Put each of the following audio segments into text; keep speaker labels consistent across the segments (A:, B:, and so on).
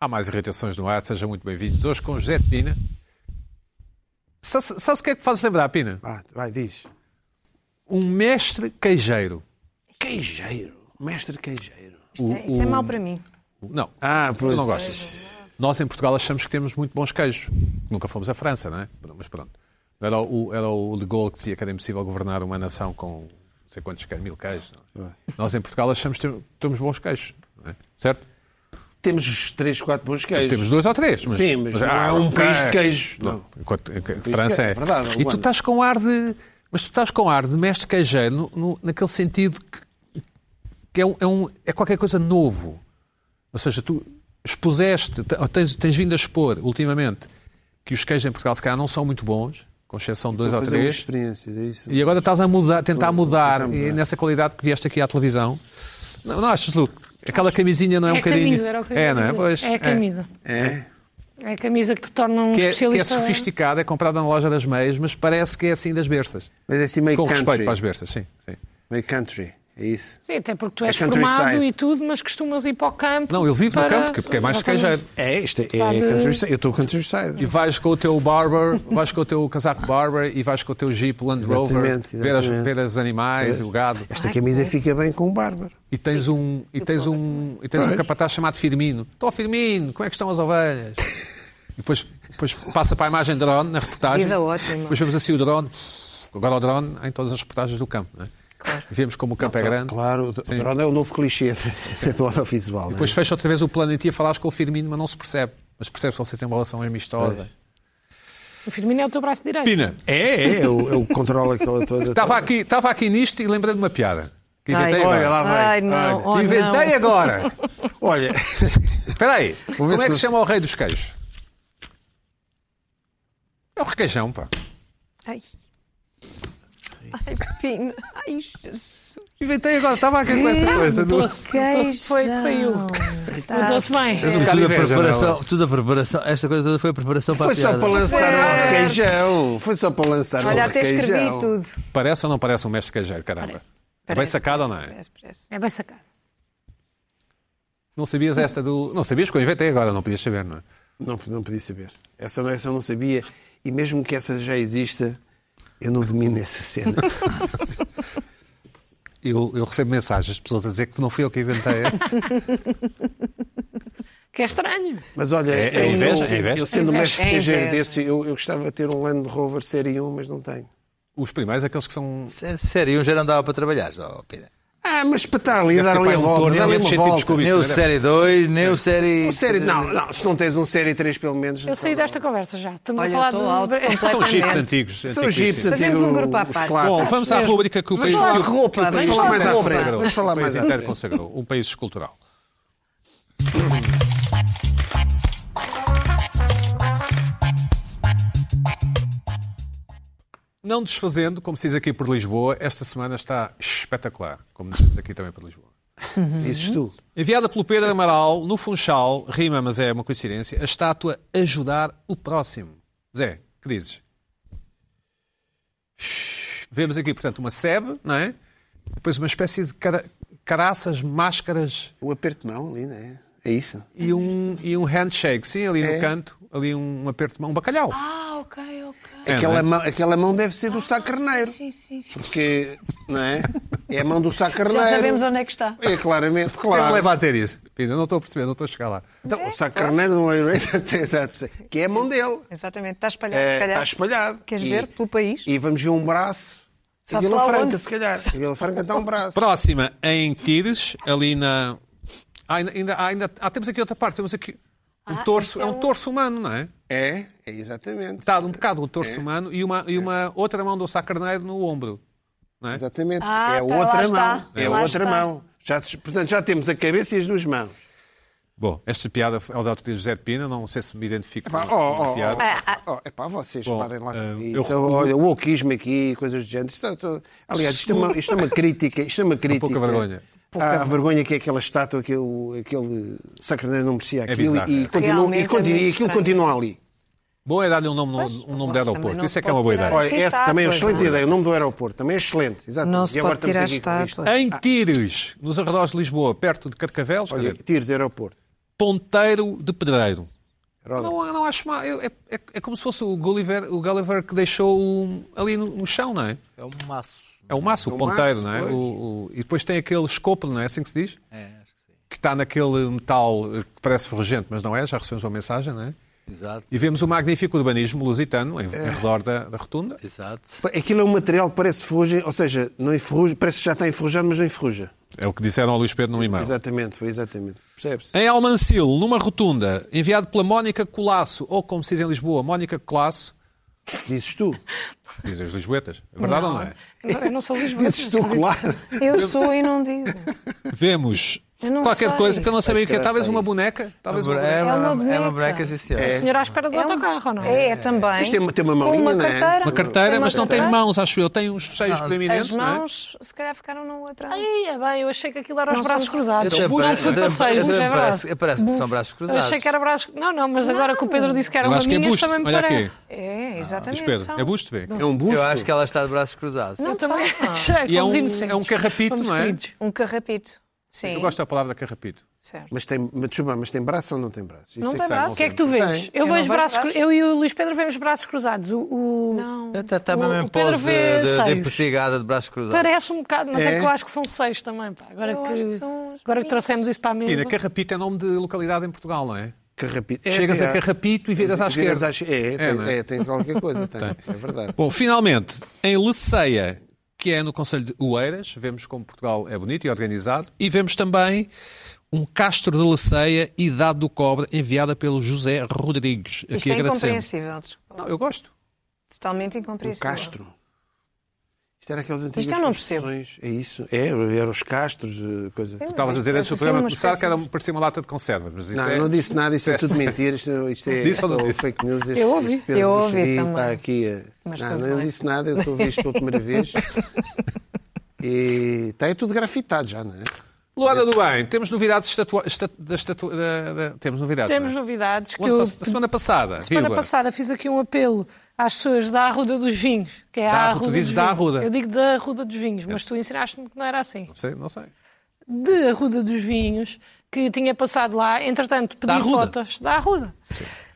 A: Há mais irritações no ar, sejam muito bem-vindos. Hoje com José de Pina. Sa- sa- Sabes o que é que faz lembrar, Pina?
B: Vá, vai, diz.
A: Um mestre queijeiro.
B: Queijeiro. Mestre queijeiro.
C: Isto é, isso é mau para mim.
A: Não,
B: Ah, pois.
A: não gosto. Nós em Portugal achamos que temos muito bons queijos. Nunca fomos à França, não é? Mas pronto. Era o, era o de Gaulle que dizia que era impossível governar uma nação com não sei quantos queijos, mil queijos. não é? Nós em Portugal achamos que tem- temos bons queijos, não é? certo?
B: Temos três, quatro bons queijos.
A: Temos dois ou três. Mas, ah,
B: Sim, mas não é um país de queijos, não.
A: Enquanto, enquanto-
B: de
A: França
B: queijo,
A: é.
B: é verdade,
A: e tu
B: Luana.
A: estás com um ar de. Mas tu estás com um ar de mestre queijeiro no- no- naquele sentido que, que é, um, é, um- é qualquer coisa novo. Ou seja, tu expuseste, te- ou tens, tens vindo a expor ultimamente que os queijos em Portugal se calhar não são muito bons, com exceção de dois ou
B: Vou fazer umas
A: três.
B: experiências, é isso.
A: E agora estás a mudar, tentar
B: Vou- vou
A: mudar,
B: tentar
A: e
B: mudar.
A: nessa qualidade que vieste aqui à televisão. Não, não achas, Luke? Aquela camisinha não é, um
D: É a
A: bocadinho.
D: camisa, era o que eu ia
A: é, não é?
D: dizer.
A: Pois,
D: É a camisa.
B: É?
D: É a camisa que te torna um
A: que é, que é
D: especialista.
A: sofisticada, é comprada na loja das meias, mas parece que é assim das berças.
B: Mas é assim meio
A: Com respeito
B: country.
A: para as berças, sim. sim.
B: Meio country, é isso.
D: Sim, até porque tu és
B: countryside.
D: formado e tudo, mas costumas ir para o campo.
A: Não, ele vive no
D: para-
A: campo, que- porque é mais
D: Exatamente.
A: queijeiro.
B: É, isto é,
D: Sabe-
B: countryside. Eu estou
A: E
B: countryside.
A: vais com o teu barber, vais com o teu casaco barber e vais com o teu Jeep Land Rover
B: Exatamente,
A: ver, as,
B: exatamente.
A: ver os animais, o gado.
B: Esta camisa fica bem com o bárbaro.
A: E tens um, e tens um, e tens um
B: Pois.
A: capataz chamado Firmino. Estou Firmino, como é que estão as ovelhas? E depois, depois passa para a imagem de drone na reportagem.
C: Vida ótima.
A: Depois vemos assim o drone. Agora o drone em todas as reportagens do campo. Não é? Vemos como o campo é grande.
B: Claro, o
A: Sim.
B: drone é o novo clichê do audiovisual. não é?
A: Depois fecha outra vez o plano e ti a falares com o Firmino, mas não se percebe. Mas percebe se você tem uma relação amistosa.
D: O Firmino é o teu braço direito.
A: Pina,
B: É, é, eu, eu controlo aquela toda.
A: estava aqui, estava aqui nisto e lembrei de uma piada. Que inventei
C: Ai,
B: Olha,
A: agora.
B: lá vai.
C: Ai, não.
B: Olha.
C: Oh,
A: inventei
C: não.
A: agora.
B: Olha,
A: Espera aí. Como
B: ver
A: é
B: se
A: que
B: não
A: se
B: se-
A: chama o rei dos queijos? É o requeijão, pá.
C: Ai. Ai, Pina. Ai, Jesus.
A: Inventei agora, estava aqui com esta coisa. do-
D: Doce, doce foi que saiu.
C: Tá
D: Doce bem.
C: certo.
A: Um bocado
E: Tudo a,
A: inveja, não
E: preparação, tudo a preparação, esta coisa toda foi a preparação para
B: é? foi
E: a piada.
B: só para lançar o requeijão. Foi só para lançar
C: Olha,
B: o
C: até
B: requeijão.
C: escrevi tudo.
A: é? Parece ou não parece um mestre queijeiro, caramba?
D: Parece.
A: É Bem sacado ou não é?
C: Parece, parece.
D: É bem sacado.
A: Não sabias esta do. Não sabias que eu inventei agora, não podias saber, não é?
B: Não, não podia saber. Essa, essa eu não sabia. E mesmo que essa já exista, eu não domino essa cena.
A: Eu, eu recebo mensagens de pessoas a dizer que não fui eu que inventei.
D: Que é estranho.
B: Mas olha,
A: É- é
B: eu,
A: inveja,
B: eu-
A: é inveja.
B: eu sendo
D: É
B: mais
C: inveja, é
B: estrangeiro
C: inveja.
B: desse, eu, eu gostava de ter um Land Rover Série 1, mas não tenho.
A: Os primeiros, aqueles que são
E: Sé- É Sério, eu já não dava para trabalhar, só, Pina.
B: Ah, mas para estar ali, dar
A: ter
B: ali
A: para
B: a
A: um
B: volta,
A: torno,
B: dar ali
A: desse
B: uma
A: jeito de
B: volta.
A: descobrir.
E: Nem o Série 2, nem o Série...
B: Um série, não, não, se não tens um Série 3 pelo menos.
D: Eu saí desta conversa já. Estamos
C: Olha,
D: a falar
C: estou
D: de...
C: alto completamente.
A: São chips antigos.
B: São gips,
A: antiquíssimos.
C: Fazemos um grupo à
B: os
C: parte.
A: Bom,
B: clássicos.
A: vamos à rubrica que o
B: Vamos
A: país
B: falar de
C: roupa,
B: que o
C: vamos
B: país
C: falar
B: mais
C: de
B: à
C: roupa.
B: frente.
A: consagrou.
B: Vamos falar
A: um país
B: mais à
A: inteiro
B: frente.
A: consagrou. Um país escultural. Não desfazendo, como se diz aqui por Lisboa, esta semana está espetacular, como dizemos aqui também por Lisboa.
B: Dizes tu.
A: Enviada pelo Pedro Amaral, no Funchal, rima, mas é uma coincidência, a estátua Ajudar o Próximo. Zé, que dizes? Vemos aqui, portanto, uma sebe, não é? Depois uma espécie de cara- caraças, máscaras
B: O aperto de mão ali, não é? É isso.
A: e um, e um handshake. Sim, ali no canto, ali um aperto de mão, um bacalhau.
C: Ah, ok, ok.
A: É, não
B: Aquela
A: é?
B: mão, aquela mão deve ser do Sá Carneiro.
C: Sim, sim, sim.
B: Porque, não é? É a mão do Sá Carneiro.
C: Já sabemos onde é que está.
B: É, claramente,
A: Quem me
B: claro.
A: leva a ter isso? Ainda não estou a perceber, não estou a chegar lá.
B: Então, o Sá Carneiro não é que é a mão dele.
C: Exatamente. Está espalhado,
B: É,
C: se calhar.
B: está espalhado.
C: Queres
B: E-
C: ver? Pelo país?
B: E vamos ver um braço. A
C: Sabe-se lá
B: Vila Franca,
C: onde?
B: se calhar. A Vila Franca está um braço.
A: Próxima, em Tires, ali na. Ah, ainda, ainda, ainda- ah, temos aqui outra parte, temos aqui. Um torso, é um torso humano, não é?
B: É, é exatamente.
A: Está um bocado o torso humano e uma, e uma outra mão do Sá Carneiro no ombro. não é?
B: Exatamente.
C: Ah,
B: é a
C: tá, lá
B: outra
C: está.
B: mão. É a
C: Lá
B: outra
C: está.
B: mão. Já, portanto, já temos a cabeça e as duas mãos.
A: Bom, esta piada é o da autoria de José de Pina, não sei se me identifico
B: Pá,
A: com
B: oh,
A: a
B: oh,
D: Ah,
A: piada.
B: oh, oh, epá, vocês parem lá
A: eh,
B: com
A: eu
B: isso. Olha, o oquismo aqui, coisas do género. Isto, é todo- aliás, isto é, uma, isto é uma crítica. Isto é uma crítica.
A: vergonha.
B: À, à vergonha que é aquela estátua, aquele, aquele sacarneiro não merecia aquilo
A: bizarro,
B: e,
A: é.
B: continua,
C: Realmente
B: e,
C: é
B: continua,
C: muito
B: e aquilo
C: estranho.
B: continua ali.
A: Bom é dar-lhe um nome, um nome de
C: também
A: aeroporto,
C: não
A: isso é
C: se
A: que é uma boa
C: pode
A: ideia.
C: tirar.
B: Olha,
C: Sim,
B: essa
C: tá,
B: também é uma
C: pois,
B: excelente
C: não é?
B: ideia. O nome do aeroporto também é excelente. Exatamente.
C: Não se
B: E agora
C: pode tirar
B: estamos aqui com isto.
C: estátuas.
A: Em Tires, nos arredores de Lisboa, perto de Carcavelos, quer
B: Olha,
A: dizer,
B: Tires, aeroporto.
A: ponteiro de pedreiro.
B: Roda.
A: Não, não acho mal. Eu- É, é- é como se fosse o Gulliver, o Gulliver que deixou o- ali no, no chão, não é?
E: É um maço.
A: É o maço, o,
B: O
A: ponteiro,
B: maço,
A: não é?
B: pois.
A: O- o- e depois tem aquele escopo, não é assim que se diz?
E: É, acho que sim.
A: Que está naquele metal eh, que parece ferrugente, mas não é, já recebemos uma mensagem, não é?
E: Exato.
A: E vemos o magnífico urbanismo lusitano em, em redor da, da rotunda.
E: Exato.
B: Aquilo é um material que parece ferrugem, ou seja, não enferruja, parece que já está enferrujado, mas não enferruja.
A: É o que disseram ao Luís Pedro no e-mail.
B: Exatamente, foi exatamente. Percebes?
A: Em Almancil, numa rotunda, enviado pela Mónica Colasso, ou como se diz em Lisboa, Mónica Colasso,
B: Dizes tu.
A: dizem os lisboetas, é verdade ou não é?
D: Eu não sou Lisboa.
B: Dizes tu, claro.
C: Eu sou e não digo.
D: É
A: Vemos
C: Eu não
A: qualquer
C: sei.
A: coisa que eu não sabia o que é.
B: que
A: Talvez
B: era
A: uma
B: sair.
A: boneca. Talvez uma
E: É
A: boneca.
E: uma,
C: É
E: é
C: uma
E: uma
C: boneca.
E: boneca, sim, senhor.
B: É.
D: Senhor à espera do
C: um-
D: autocarro, não é?
C: É, também.
B: Isto tem- tem uma mão
C: Com
B: linda, não
C: uma
B: é?
C: carteira.
A: Uma carteira,
C: Tem uma
A: mas não tem
C: carteira.
A: mãos, acho eu. Tem uns seios
C: As
A: proeminentes, não é?
C: mãos, se calhar, ficaram no outro lado.
D: Ai, é bem, eu achei que aquilo era os
C: Não
D: braços
C: são-
E: Eu
D: cruzados.
E: também-
D: Não fui
E: eu também-
D: passeio,
E: eu
D: não
E: também
D: é verdade.
E: parece- Parece que são braços
D: Eu
E: cruzados.
D: achei que era braços. Não, não, mas agora que o Pedro disse que eram
A: Eu acho que é
D: maminhas,
A: busto.
D: também me
A: Olha aqui.
D: parece.
C: É,
A: Luís
C: exatamente.
A: Ah, Pedro,
C: são.
A: é busto, vê.
B: É um busto.
E: Eu acho que ela está de braços cruzados.
D: Eu também
C: Ah.
D: achei,
A: E é
D: fomos
A: um-
D: inocentes.
A: é um carrapito,
D: Fomos
A: não é?
D: queridos.
C: Um carrapito. Sim.
A: Eu gosto da palavra carrapito.
C: Certo.
B: Mas tem, mas, desculpa, mas tem braço ou não tem braço? Isso
C: Não
B: é que
C: tem
B: sabe,
C: braço.
D: O que é que tu
B: Tem.
D: vês?
C: Eu
D: Eu vejo
C: não vejo
D: braços
C: braços.
D: cru- Eu e o Luís Pedro vemos braços cruzados. O, o-
C: Não.
E: Está, está
D: O-
E: mesmo
D: o
E: em
D: Pedro
E: pose
D: vê
E: de, de, de
D: seios.
E: empestigada de braços cruzados.
D: Parece um bocado, mas é.
B: É?
D: que eu acho que são seis também. Pá. Agora,
C: Eu
D: que,
C: acho que são os
D: agora que trouxemos isso para a mesa.
A: Mira, carrapito é nome de localidade em Portugal, não é?
B: Carrapito. É,
A: Chegas
B: tem-
A: a Carrapito e viras à
B: Viras
A: esquerda.
B: à- É, tem,
A: não é?
B: é, tem qualquer coisa, tem. É verdade.
A: Bom, finalmente, em Leceia, que é no Conselho de Oeiras, vemos como Portugal é bonito e organizado, e vemos também um Castro de Leceia e Dado do Cobre, enviada pelo José Rodrigues. Aqui
C: Isto é
A: agradecemos.
C: incompreensível. desculpa.
A: Não, eu gosto.
C: Totalmente
B: O
C: incompreensível.
B: Castro. Isto era aqueles antigos.
C: eu não percebo.
B: É isso? É, eram os castros, eh, coisa.
A: Estavas a dizer antes do
C: Mas
A: programa
C: assim, uma
A: começar que
C: espécie
A: era, um- parecia uma lata de conservas, mas isso
B: Não,
A: é...
B: não disse nada, isso é tudo mentira. Isto, isto é
A: Disse ou não
B: só
A: disse?
B: fake news. Este,
D: Eu ouvi.
B: este Pedro
C: Eu ouvi
B: Buxeri
C: também.
B: Está aqui a...
C: Mas
B: Não,
C: tudo
B: não
C: bem.
B: disse nada, eu estou a ouvir isto pela primeira vez. E está aí tudo grafitado já, não é?
A: Luana do Bem, temos novidades estatua... esta- da estatua... da- da- Temos novidades,
D: Temos
A: não é?
D: novidades que
A: O ano
D: eu.
A: pass- da semana passada,
D: Semana
A: vírgula.
D: passada fiz aqui um apelo às pessoas da Arruda dos Vinhos, que é
A: Da
D: a
A: Arruda,
D: Arruda
A: tu dizes
D: dos
A: da
D: Vinhos.
A: Arruda.
D: Eu digo da Arruda dos Vinhos, mas tu ensinaste-me que não era assim.
A: Não sei, não sei.
D: de Arruda dos Vinhos, que tinha passado lá. Entretanto, pedi
A: Da Arruda?
D: fotos da Arruda.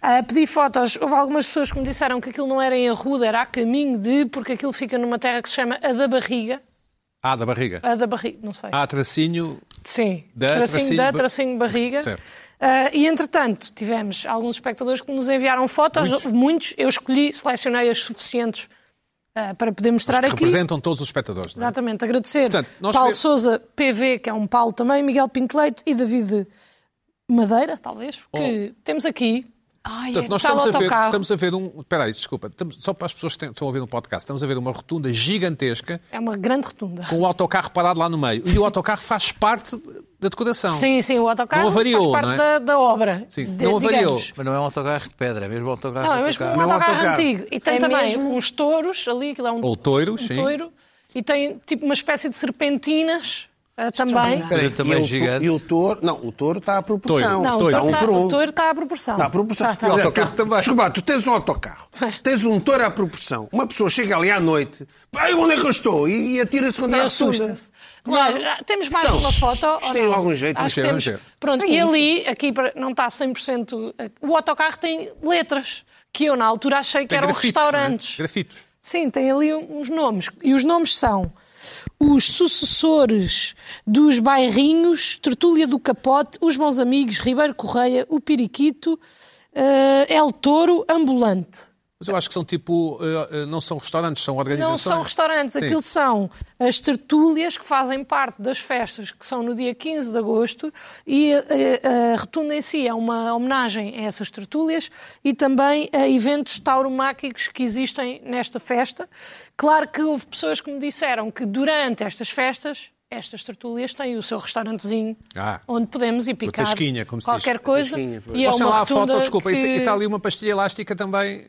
D: Ah, pedi fotos. Houve algumas pessoas que me disseram que aquilo não era em Arruda, era a caminho de, porque aquilo fica numa terra que se chama a da Barriga.
A: Ah, da barriga.
D: A da Barriga, não sei.
A: Ah, tracinho...
D: Sim,
A: Da,
D: tracinho,
A: tracinho,
D: da,
A: ba-
D: tracinho barriga.
A: Certo.
D: Ah, e entretanto, tivemos alguns espectadores que nos enviaram fotos, muitos. Eu escolhi, selecionei as suficientes ah, para poder mostrar
A: que
D: aqui.
A: representam todos os espectadores, não é?
D: Exatamente, agradecer.
A: Portanto, nós
D: Paulo
A: tivemos-
D: Souza, PV, que é um Paulo também, Miguel Pinto Leite e David Madeira, talvez,
A: Oh.
D: que temos aqui.
C: Ai,
A: Portanto, nós
D: Está
A: estamos
D: o
A: a, ver,
D: autocarro.
A: estamos a ver um. Espera aí, desculpa. Estamos, só para as pessoas que têm- estão a ouvir no podcast, estamos a ver uma rotunda gigantesca
D: É uma grande rotunda.
A: com o autocarro parado lá no meio. E o autocarro faz parte da decoração.
D: Sim, sim, o autocarro
A: Não avariou,
D: faz parte
A: não é?
D: da, da obra.
A: Sim,
D: de-
A: não avariou.
D: digamos.
E: Mas não é um autocarro de pedra, é mesmo um autocarro
D: Não,
E: de
D: é mesmo um
E: autocarro.
D: autocarro,
B: autocarro.
D: antigo. E tem
C: É
D: também
C: mesmo.
D: uns touros ali, que dá um,
A: Ou toiro,
D: um
A: sim.
D: touro, e tem tipo uma espécie de serpentinas ah,
C: é
D: também.
C: um
E: Espera aí, também
B: e, o,
E: gigante.
B: e o touro, não, o touro está à proporção.
A: é Touro.
D: Não,
A: touro.
D: o
B: Está
D: touro
B: um
D: está-
B: por um.
D: o touro é Tá, está à proporção.
B: Está à proporção.
D: Está, está.
A: E o autocarro também.
B: Desculpa, tu tens um autocarro. Tens um touro à proporção. Uma pessoa chega ali à noite, pai, onde é que eu estou? E, e atira-se
D: E
B: contra a rotunda.
D: assusta-se. Mas, ah, temos mais
B: Então,
D: uma foto. ou
B: isto tem
D: não?
B: algum jeito,
D: Acho que
A: vamos
D: temos.
A: ver, vamos
D: Pronto, e ali, aqui para- não tá está 100%. O autocarro tem letras, que eu na altura achei que
A: Tem
D: eram
A: grafitos,
D: restaurantes.
A: não é? Grafitos.
D: Sim, tem ali uns nomes. E os nomes são os sucessores dos bairrinhos, Tertúlia do Capote, os Bons Amigos, Ribeiro Correia, o Piriquito, eh, El Touro, Ambulante.
A: Mas eu acho que são tipo. eh, eh, não são restaurantes, são
D: Não
A: organizações.
D: são restaurantes,
A: Sim.
D: aquilo são as tertúlias que fazem parte das festas que são no dia 15 de agosto e eh, eh, a retunda em si é uma homenagem a essas tertúlias e também a eventos tauromáquicos que existem nesta festa. Claro que houve pessoas que me disseram que durante estas festas estas tertúlias têm o seu restaurantezinho
A: Ah.
D: onde podemos ir picar
A: tasquinha, como se diz.
D: qualquer coisa.
B: tasquinha, pois.
D: E é
A: Postem
D: uma
A: lá a
D: rotunda
A: foto, desculpa. e
D: que-
A: te- E está ali uma pastilha elástica também.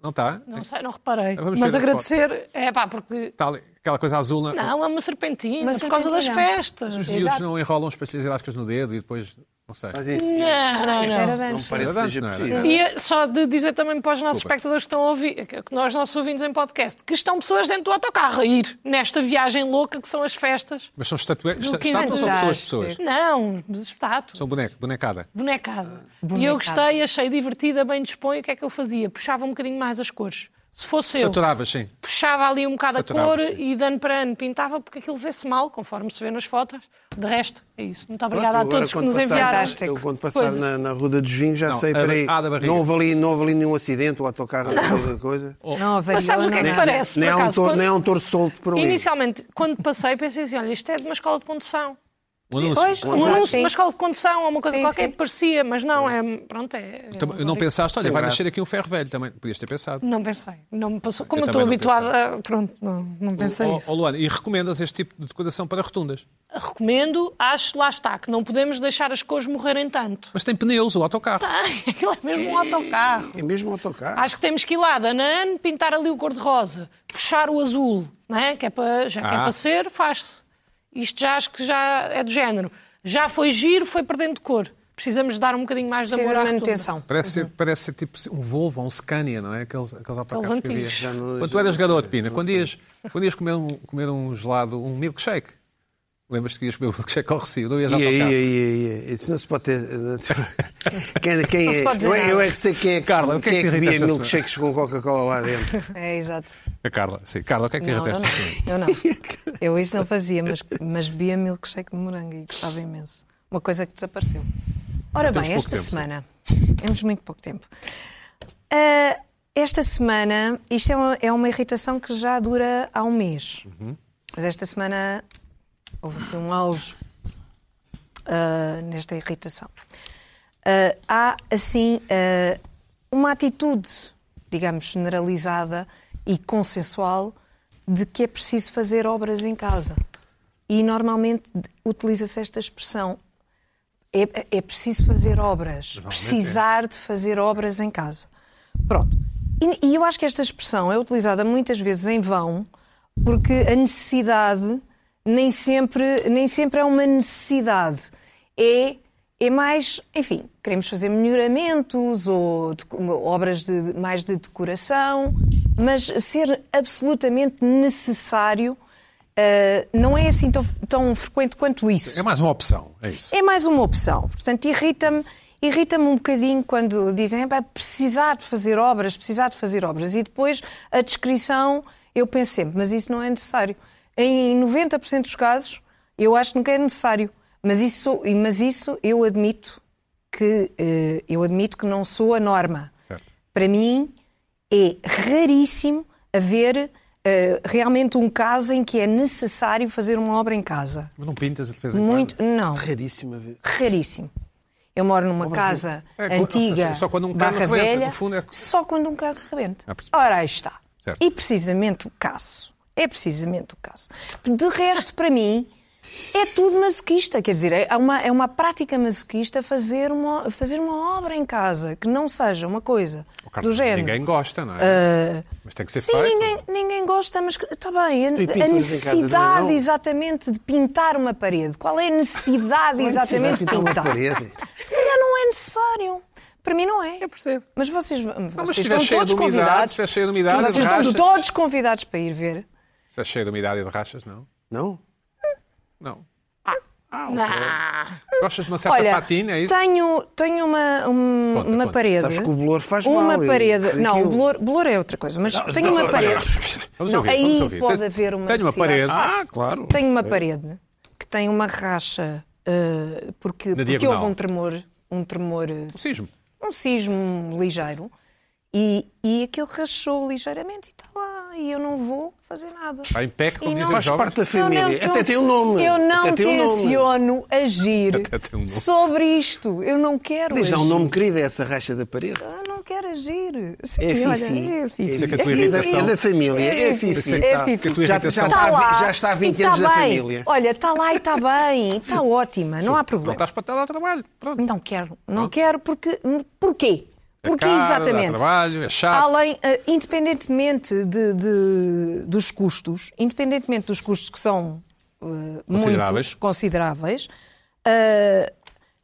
A: Não tá? está?
D: Não sei, não reparei.
A: Vamos
D: Mas
A: ver a
D: agradecer, é pá, porque
A: Está Tá ali aquela coisa azul. na-
D: Não, é uma serpentina,
C: Uma
D: por causa das
C: serpentina.
D: festas.
A: Os miúdos não enrolam as pastilhas elásticas no dedo e depois. Não sei.
B: Fazem assim.
D: Não, Ah, não,
C: Isso era
D: não.
C: de
B: Não
C: antes.
B: parece que seja
A: Não era.
B: possível.
D: E eh, só de dizer também para os nossos espectadores que estão a ouvir, que que nós, nossos ouvintes em podcast, que estão pessoas dentro do autocarro a ir nesta viagem louca que são as festas.
A: Mas são estatuetas.
D: Do que
A: Estátuas ou são pessoas,
C: inventaste?
A: pessoas?
D: Não, estátuas.
A: São boneca, bonecada.
D: Bonecada. E
C: Bonecada.
D: eu gostei, achei divertida, bem disponho. O que é que eu fazia? Puxava um bocadinho mais as cores. Se fosse eu,
A: Saturavas, sim.
D: puxava ali um bocado
A: Saturava,
D: a cor
A: sim.
D: e de ano para ano pintava, porque aquilo vê-se mal, conforme se vê nas fotos. De resto, é isso. Muito obrigada
B: Pronto,
D: a todos que
B: agora,
D: nos
B: quando passar-
D: enviaram.
C: Fantástico.
B: Eu, quando passar
D: Coisas.
B: na, na Ruda dos Vinhos, já
A: Não,
B: sei,
A: a-
B: peraí,
A: a da barriga.
B: não houve, ali, não houve ali nenhum acidente, o autocarro, alguma coisa.
C: Não,
D: Mas sabes o que é que
C: avariou, não.
D: parece?
B: nem,
D: por
B: há um
D: acaso?
B: touro,
D: Quando-
B: nem há um touro solto por ali.
D: Inicialmente, quando passei, pensei assim: olha, isto é de uma escola de condução.
A: Um anúncio.
C: Pois,
D: Um
C: Exato,
D: anúncio de
C: sim.
D: uma escola de condução ou uma coisa
C: Sim,
D: qualquer
C: sim.
D: parecia, mas não, é. Pronto, é.
A: Também- Não pensaste, olha,
B: Tem
A: vai
B: graça.
A: nascer aqui um ferro velho também. Podias ter pensado.
D: Não pensei. Não me passou. Como
A: Eu
D: eu estou
A: também não Oh,
D: habituada. a- Pronto, não, não pensei
A: Ó
D: isso.
A: ó, Luana, e recomendas este tipo de decoração para rotundas?
D: Recomendo, acho, lá está, que não podemos deixar as cores morrerem tanto.
A: Mas tem pneus, o autocarro.
D: Ai, aquilo é mesmo um autocarro.
B: É mesmo o autocarro.
D: Acho que temos que ir lá, da Nan, pintar ali o cor-de-rosa, puxar o azul, não é? Que é para, já que é
A: Ah.
D: para ser, faz-se. Isto já acho que já é do género. Já foi giro, foi perdendo de cor. Precisamos dar um bocadinho mais de amor
C: Precisa
D: à
C: de
D: rotunda.
C: manutenção.
A: Parece ser, parece ser tipo um Volvo ou um Scania, não é? Aqueles, aqueles autocarros que havia.
D: antigos. Já
B: não-
A: Quando
B: já
A: tu eras
B: não
A: garoto,
B: sei,
A: Pina,
B: não
A: quando
B: sei.
A: ias, quando ias comer, um, comer um gelado, um milkshake, lembras-te que ias comer um milkshake ao Recife, não ias
B: E
A: ao
B: aí, e
A: autocarro?
B: aí, e aí, isso não se pode ter. não se pode- Quem, quem
C: Não
B: é?
C: se pode dizer
B: eu, é- eu
C: nada.
B: é que sei quem é que,
A: Carla, o que é
B: quem
A: que te irrita
B: bebia
A: esta
B: milkshakes com Coca-Cola lá dentro.
C: É, exato.
A: A Carla, sim. Carla, o que é que
C: Não,
A: tens até
C: eu
A: esta semana?
C: não. Eu não. Eu isso não fazia, mas, mas bebia milkshake de morango e gostava imenso. Uma coisa que desapareceu. Ora
A: Temos
C: bem,
A: pouco tempo,
C: esta
A: sim.
C: semana. Temos muito pouco tempo. Ah, esta semana, isto é uma, é uma irritação que já dura há um mês.
A: Uhum.
C: Mas esta semana houve assim um auge ah, nesta irritação. Ah, há, assim, ah, uma atitude, digamos, generalizada e consensual de que é preciso fazer obras em casa. E normalmente de- utiliza-se esta expressão. É, é preciso fazer obras. Precisar de fazer obras em casa. Pronto. E, e eu acho que esta expressão é utilizada muitas vezes em vão, porque a necessidade nem sempre, nem sempre é uma necessidade. É, é mais, enfim, queremos fazer melhoramentos ou deco- obras de, de- mais de decoração, mas ser absolutamente necessário ah, não é assim tão, tão frequente quanto isso.
A: É mais uma opção, é isso.
C: É mais uma opção. Portanto, irrita-me irrita-me um bocadinho quando dizem "Epá, precisar de fazer obras, precisar de fazer obras. E depois a descrição, eu penso sempre, mas isso não é necessário. Em 90% dos casos, eu acho que nunca é necessário. Mas isso, mas isso eu admito que eh, eu admito que não sou a norma.
A: Certo.
C: Para mim, é raríssimo haver eh, realmente um caso em que é necessário fazer uma obra em casa.
A: Mas não pintas de vez em quando.
C: Muito, não
B: Raríssima vez.
C: raríssimo. Eu moro numa casa
A: É, co- ou
C: antiga,
A: seja, só quando um carro
C: barra
A: rebenta,
C: velha,
A: no fundo é co-
C: só quando um carro rebenta.
A: Ah, percebi.
C: Ora, aí está.
A: Certo.
C: E precisamente o caso. É precisamente o caso. De resto, para mim, é tudo masoquista. Quer dizer, é uma, é uma prática masoquista fazer uma, fazer uma obra em casa que não seja uma coisa
A: Oh, Carla, mas
C: do género. Ah,
A: Ninguém gosta, não é? Mas tem que ser
C: Sim,
A: feito.
C: ninguém, ninguém gosta, mas está bem. A,
B: Tu e pinturas em casa
C: a
B: também
A: é?
C: necessidade
B: não?
C: exatamente de pintar uma parede. Qual é a necessidade exatamente de
B: Então, uma
C: pintar?
B: parede.
C: Se calhar não é necessário. Para mim não é. Eu percebo. Mas vocês,
A: mas
C: vocês
A: se estiver
C: estão
A: cheio de umidade,
C: todos
A: se
C: convidados.
A: estiver cheio de umidade,
C: vocês
A: rachas.
C: estão todos convidados para ir ver.
A: Se é cheio de umidade e de rachas, não?
B: Não?
A: Não. Ah.
D: Não.
A: Gostas de uma certa
C: Ah, Olha, tá,
A: patina, é isso?
C: tenho, tenho uma, um-
A: Conta,
C: uma
A: conta.
C: parede.
B: Sabes que o bolor faz
C: uma
B: mal, é eu-
C: parede.
B: aquilo.
C: Não, o bolor, bolor é outra coisa, mas tenho uma parede.
A: Vamos
C: Não,
A: ouvir,
C: aí
A: vamos ouvir.
C: pode
A: Tenho-
C: haver uma
A: Tenho uma
C: necessidade.
A: parede.
B: Ah, claro.
C: Tenho uma parede que tem uma racha eh, porque, porque
A: diagonal.
C: houve um tremor, um tremor, eh,
A: O sismo.
C: um sismo ligeiro e, e aquilo rachou ligeiramente e está lá e eu não vou fazer nada.
A: Está em pé, como
C: E
A: dizem
C: não-
A: os
B: Faz
A: jovens.
B: parte da
C: Eu não
B: família. Até
C: tenho-
B: tem um nome.
C: Eu não
B: Até tem um nome.
C: tenciono agir
A: Até tem um nome.
C: sobre isto. Eu não quero
B: Diz lá um
C: agir.
B: nome querido a essa racha da parede.
C: Eu não quero agir.
B: É
C: Sim, olha,
B: Fifi.
C: é Fifi.
A: Isso é que a
B: da-
A: tua irritação.
B: é da família. É Fifi.
C: É
B: Tá.
C: Fifi.
A: Que a tua
B: Já,
A: irritação.
B: já,
C: Está
B: está há vi-
C: lá.
B: já está há 20
C: e
B: anos
C: está
B: da
C: bem.
B: família. tá
C: Olha, está lá e está bem. Está ótima. Não há
A: Não
C: problema.
A: estás para estar a trabalho. Pronto.
C: Não quero, não quero porque. Porquê?
A: É
C: Porquê
A: caro, dá
C: exatamente?
A: trabalho, é chato.
C: Além, eh, independentemente de, de- dos custos, independentemente dos custos que são eh,
A: Consideráveis.
C: muito consideráveis, eh,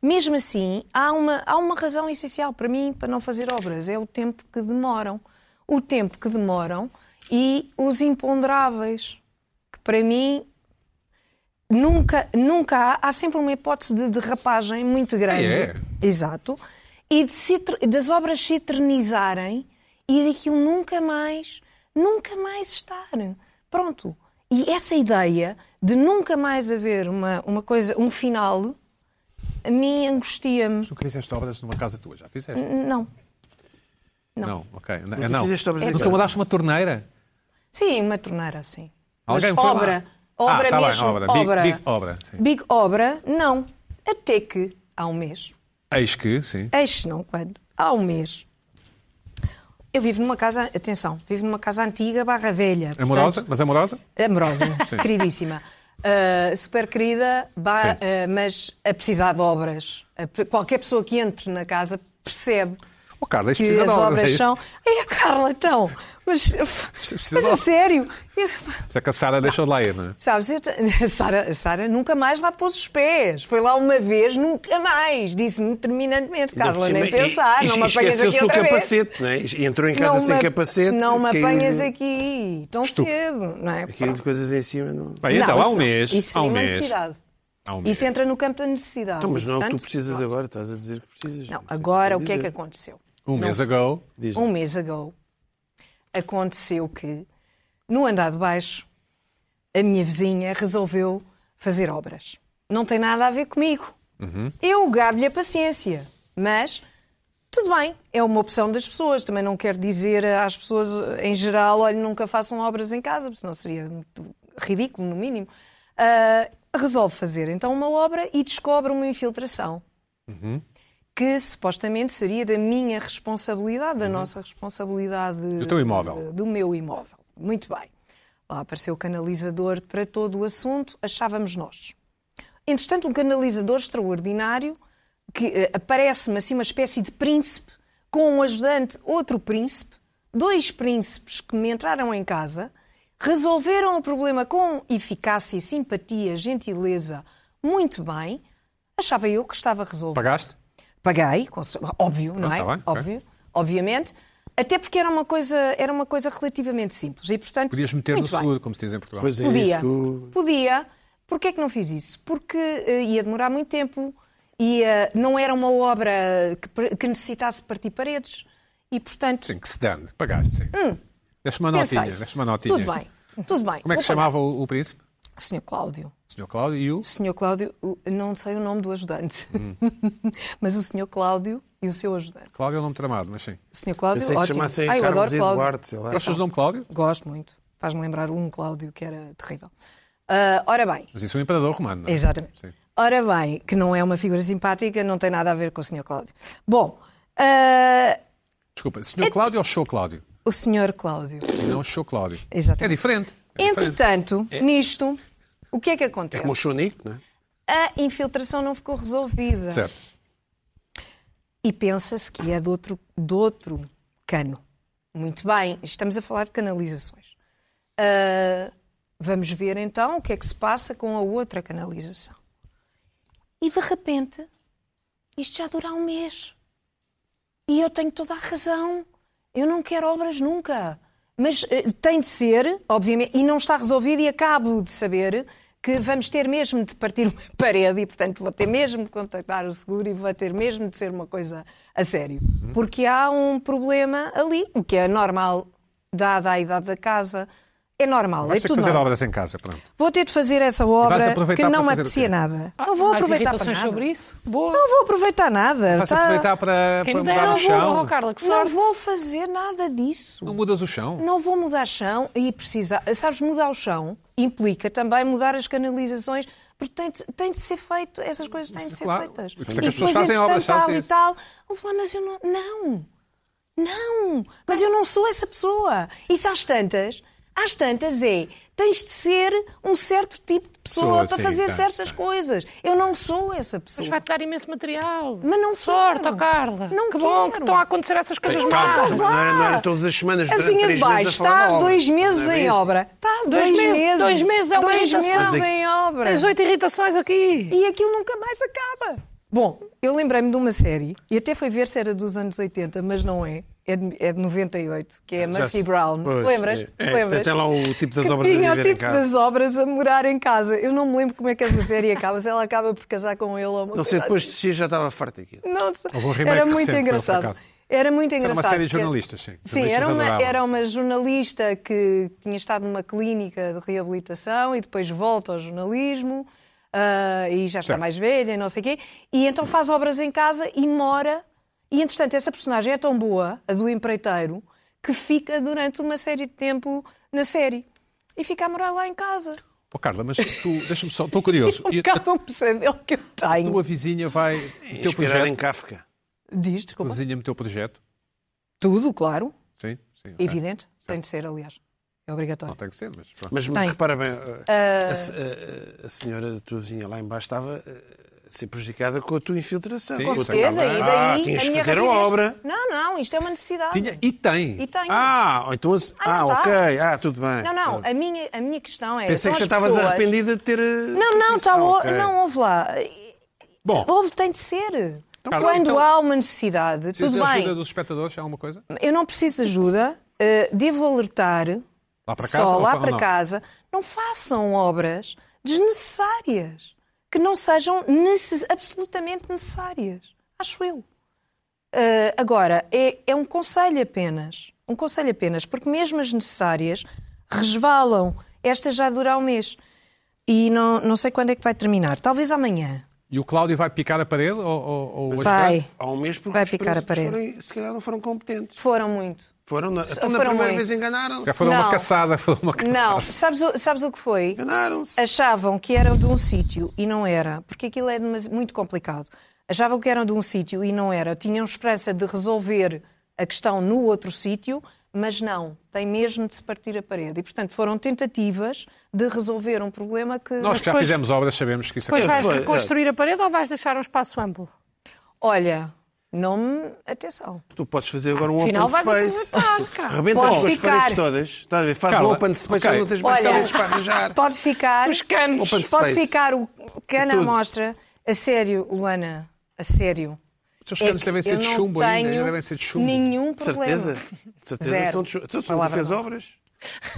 C: Mesmo assim, há uma, há uma razão essencial para mim para não fazer obras: é o tempo que demoram. O tempo que demoram e os imponderáveis, que para mim nunca, nunca há, há sempre uma hipótese de derrapagem muito grande.
A: É,
C: Exato. E de se eter- das obras se eternizarem e daquilo nunca mais, nunca mais estar. Pronto. E essa ideia de nunca mais haver uma, uma coisa, um final, a mim angustia-me.
A: Tu nunca fizeste obras numa casa tua, já fizeste?
C: Não.
A: Não,
C: Não.
A: ok. Não, é, não.
B: fizeste obras em
A: Nunca
B: casa?
A: mudaste uma torneira?
C: Sim, uma torneira, sim.
A: Alguém
C: Mas
A: foi lá?
C: obra,
A: Ah,
C: obra
A: tá bem,
C: mesmo,
A: obra. Big- big obra, sim.
C: Big obra, não. Até que há um mês.
A: Eis que, sim.
C: Eis não quando. Há um mês. Eu vivo numa casa, atenção, vivo numa casa antiga, barra velha.
A: Amorosa,
C: portanto,
A: mas amorosa?
C: amorosa, queridíssima. Ah, super querida, ba-
A: Sim.
C: ah, mas a precisar de obras. A pre- qualquer pessoa que entre na casa percebe
A: Oh, Carla, isto
C: que
A: precisa
C: as
A: de obras.
C: obras
A: é isto.
C: são. É, Carla, então, mas,
A: precisa
C: mas
A: de
C: a
A: obras.
C: sério. Eu-
A: Se é que a Sara deixou de lá ir, não é?
C: Sabes, eu te- a Sara, a Sara nunca mais lá pôs os pés. Foi lá uma vez, nunca mais. Disse-me
B: Ainda
C: terminantemente,
B: por
C: Carla,
B: cima,
C: nem pensar,
B: e-
C: não
B: e
C: me apanhas
B: esqueceu-se
C: aqui
B: do
C: outra vez.
B: capacete, não é? E Entrou em casa
C: não
B: sem
C: me-
B: capacete.
C: Não me
B: caiu-lhe-
C: apanhas aqui tão
A: Estúpido.
C: cedo, não é?
B: Caiu-lhe coisas em cima. Não...
A: Bem, então,
C: Não,
A: há um
C: isso-
A: mês.
C: Isso
A: há um
C: é uma
A: mês.
C: necessidade.
A: Há um mês.
C: Isso entra no campo da necessidade.
B: Então, mas não é o que tu
C: Portanto,
B: precisas agora. Estás a dizer que precisas.
C: Não, agora
B: Estás a
C: o que é que
B: dizer.
C: aconteceu?
A: Um mês ago.
B: Diz-me.
C: Um mês ago aconteceu que, no andar de baixo, a minha vizinha resolveu fazer obras. Não tem nada a ver comigo. Eu gabo-lhe a paciência, mas tudo bem, é uma opção das pessoas. Também não quero dizer às pessoas eh, em geral, olha, nunca façam obras em casa, porque senão seria muito ridículo, no mínimo. Ah, resolve fazer então uma obra e descobre uma infiltração
A: Uhum.
C: que supostamente seria da minha responsabilidade, da nossa responsabilidade. Do
A: Uhum. teu imóvel.
C: Do meu imóvel. Muito bem. Lá apareceu o canalizador para todo o assunto, achávamos nós. Entretanto, um canalizador extraordinário que eh, aparece-me assim uma espécie de príncipe com um ajudante, outro príncipe, dois príncipes que me entraram em casa, resolveram o problema com eficácia, simpatia, gentileza, muito bem. Achava eu que estava resolvido.
A: Pagaste?
C: Paguei, com cer- óbvio, não
A: Ah,
C: é?
A: tá bem,
C: óbvio, obviamente. Até porque era uma coisa, era uma coisa relativamente simples e portanto
A: Podias meter
C: muito
A: no
C: bem.
A: seguro, como se diz em Portugal.
B: Pois é,
C: Podia.
B: isso que eu-
C: Podia. Porquê é que não fiz isso? Porque eh, ia demorar muito tempo, ia, não era uma obra que, pre- que necessitasse partir paredes e, portanto,
A: Sim, que se dane. Pagaste, sim. Deixa uma
C: Hum. pensei.
A: notinha. Deixa uma notinha.
C: Tudo bem, tudo bem.
A: Como é que se
C: Vou pagar.
A: chamava o, o príncipe?
C: Senhor Cláudio.
A: Senhor Cláudio e o...
C: Senhor Cláudio, o- não sei o nome do ajudante,
A: Hum.
C: mas o senhor Cláudio e o seu ajudante.
A: Cláudio é um nome tramado, mas sim.
C: O senhor Cláudio,
B: Pensei que se
C: ótimo.
B: chamassem
C: Ai, eu
B: Carlos
C: adoro Cláudio.
B: Eduardo, sei lá.
A: Gostas do nome Cláudio?
C: Gosto muito. Faz-me lembrar um Cláudio que era terrível. Ah, ora bem,
A: Mas isso é um imperador romano, não é?
C: Exatamente.
A: Sim.
C: Ora bem, que não é uma figura simpática, não tem nada a ver com o Sr. Cláudio. Bom, ah,
A: Desculpa,
C: É
A: senhor Cláudio ou show Cláudio?
C: o Sr. Cláudio.
A: E não show Cláudio.
C: Exatamente.
A: É diferente. É diferente.
C: Entretanto, nisto, o que é que
B: É
C: acontece?
B: como o Chonico, não é?
C: A infiltração não ficou resolvida.
A: Certo.
C: E pensa-se que é de outro, de outro cano. Muito bem, estamos a falar de canalizações. Ah, vamos ver então o que é que se passa com a outra canalização. E de repente, isto já dura um mês. E eu tenho toda a razão. Eu não quero obras nunca. Mas eh, tem de ser, obviamente, e não está resolvido, e acabo de saber que vamos ter mesmo de partir uma parede e, portanto, vou ter mesmo de contactar o seguro e vou ter mesmo de ser uma coisa a sério.
A: Uhum.
C: Porque há um problema ali, o que é normal, dada a idade da casa, é normal.
A: Vais
C: é
A: ter que
C: tudo
A: fazer
C: normal.
A: obras em casa, pronto.
C: Vou ter de fazer essa obra
A: aproveitar
C: que
A: para
C: não me
A: fazer o quê?
C: apetecia nada.
D: Ah,
C: não vou
D: mais
C: aproveitar para
D: irritações
C: nada.
D: sobre isso? Boa.
C: Não vou aproveitar nada.
A: Vais
C: Tá-
A: aproveitar para,
D: Quem
A: para
D: dera.
A: mudar
D: Não
A: o
D: vou,
A: um chão.
D: oh, Carla, que
C: Não
D: sorte.
C: vou fazer nada disso.
A: Não mudas o chão.
C: Não vou mudar chão e precisa. Sabes, mudar o chão implica também mudar as canalizações, porque tem de, tem de ser feito, essas coisas têm de ser
A: Claro.
C: feitas.
A: Por isso é que as pessoas
C: depois,
A: fazem
C: entretanto,
A: obras, sabes
C: tal e
A: isso?
C: tal. Vou falar, mas eu não. Não! Não! Mas eu não sou essa pessoa. Isso às tantas. Às tantas é. Tens de ser um certo tipo de pessoa,
A: Pessoa,
C: para
A: sim, tá,
C: fazer
A: tens,
C: certas
A: tens.
C: coisas. Eu não sou essa pessoa.
D: Mas vai-te dar imenso material.
C: Mas não
D: Sorte,
C: quero.
D: ó Carla.
C: Não
D: que bom
C: quero.
D: que estão a acontecer essas coisas
B: Mas,
D: más.
B: calma, não era, não era todas as semanas,
C: A
B: durante
C: vizinha é de
B: três meses
C: Assim baixo
B: a falar da
C: está há
B: obra.
A: é
C: dois meses
B: Não era
C: em
B: isso?
C: obra. Está há dois,
D: Dois meses.
C: meses.
D: Dois meses é uma
C: Dois
D: irritação.
C: meses em obra.
D: Tens oito irritações aqui.
C: E aquilo nunca mais acaba. Bom, eu lembrei-me de uma série, e até foi ver se era dos anos 80, mas não é. É de, é de 98, que é a Murphy
B: se-
C: Brown.
B: pois,
C: Lembras?
B: é, é,
C: Lembras?
B: até lá o tipo das
C: que
B: obras a
C: tinha o
B: viver em
C: tipo
B: casa.
C: das obras a morar em casa. Eu não me lembro como é que essa série acaba, se ela acaba por casar com ele ou uma
B: Não sei,
C: coisa assim.
B: depois de si já estava farto daquilo.
C: não sei.
A: Houve um remake
C: Era muito
A: recente, por
C: engraçado.
A: acaso.
C: Era muito
A: Isso era
C: engraçado.
A: uma série de
C: porque-
A: jornalistas, sim.
C: Sim,
A: Jornalistas
C: era uma,
A: adoravam.
C: era uma jornalista que tinha estado numa clínica de reabilitação e depois volta ao jornalismo ah, e já está
A: Certo.
C: mais velha e não sei o quê. E então faz obras em casa e mora. E entretanto, essa personagem é tão boa, a do empreiteiro, que fica durante uma série de tempo na série. E fica a morar lá em casa.
A: Oh, Carla, mas tu, deixa-me só, estou curioso.
C: Um
A: E
C: bocado um pesadelo que eu
A: a
C: tenho.
A: tua vizinha vai. O teu
B: É Inspirar em
A: projeto.
B: Kafka.
A: A
C: Diz,
A: tua
C: desculpa.
A: vizinha meteu o projeto.
C: Tudo, claro.
A: Sim, sim. ok.
C: Evidente, tem de ser, aliás. É
A: Tá. Não
C: obrigatório.
A: tem que ser, mas pronto.
B: Mas, mas
C: Tem. Ah.
B: repara bem, eh, a, se- eh, a senhora, a tua vizinha lá embaixo, estava eh, a ser prejudicada com a tua infiltração.
A: Sim,
B: Com a tua
A: certeza,
B: cama.
A: e
B: Ah, tinhas que fazer a
C: rapidez-
B: obra.
C: Não, não, isto é uma necessidade.
A: Tinha, e tem.
C: E tá tenho.
B: Ah, então. as-
C: Ah,
B: Ah,
C: não
B: ok.
C: está.
B: Ah, tudo bem.
C: Não, não, a minha, a minha questão é.
B: Pensei que já estavas arrependida de ter. eh,
C: Não, não, está
B: Ah,
C: o-
B: ok.
C: não houve lá.
A: Bom.
C: Houve, tem de ser.
A: Carla,
C: Quando
A: então-
C: há uma necessidade,
A: Precisa
C: tudo
A: de
C: bem.
A: ajuda dos espectadores? Há alguma coisa?
C: Eu não preciso de ajuda, eh, devo alertar
A: Lá para casa
C: só
A: ou
C: lá
A: para-
C: para
A: não?
C: casa. Não façam obras desnecessárias que não sejam necess- absolutamente necessárias. Acho eu. Eh, agora, é, é um conselho apenas. Um conselho apenas, porque mesmo as necessárias resvalam. Esta já dura um mês. E não, não sei quando é que vai terminar. Talvez amanhã.
A: E o Cláudio vai picar a parede? Ou, ou, ou hoje
C: Vai.
B: Há um mês porque
C: Vai
B: os
C: picar a
B: produtores
C: parede.
B: foram- se calhar não foram competentes.
C: Foram muito.
B: Foram na, então, na
C: foram
B: primeira
C: muito.
B: vez enganaram-se.
A: Já foram uma
C: Não.
A: caçada, foram uma caçada.
C: Não, sabes, o- sabes o que foi?
B: Enganaram-se.
C: achavam que eram de um sítio e não era, porque aquilo é demasi- muito complicado. Achavam que eram de um sítio e não era. Tinham esperança de resolver a questão no outro sítio, mas não. Tem mesmo de se partir a parede. E, portanto, foram tentativas de resolver um problema que.
A: Nós que já
D: depois-
A: fizemos obras, sabemos que isso
D: Depois vais
B: Pois, é.
D: reconstruir a parede ou vais deixar um espaço amplo?
C: Olha, não me. Atenção.
B: Tu podes fazer agora um
D: Afinal,
B: open
D: vais
B: space.
D: aproveitar, cara.
B: Rebenta
C: Podes
B: as tuas
C: ficar.
B: paredes todas. Estás a ver? Faz
A: Carla,
B: um open space
A: ok.
B: onde não tens mais
C: Olha.
B: paredes para arranjar.
C: Pode ficar.
D: Os canos.
B: Open space.
C: Pode ficar o cana à
B: Tudo.
C: mostra. A sério, Luana, a sério.
A: Os teus
C: É
A: canos
C: que
A: devem ser
C: eu
A: de
C: não
A: chumbo ainda, ainda
C: tenho
A: devem ser de chumbo.
C: Nenhum
B: De
C: problema.
B: certeza. De certeza
C: Zero.
B: que são de chumbo. Então, são,
C: Palavra
B: fez
C: não.
B: obras?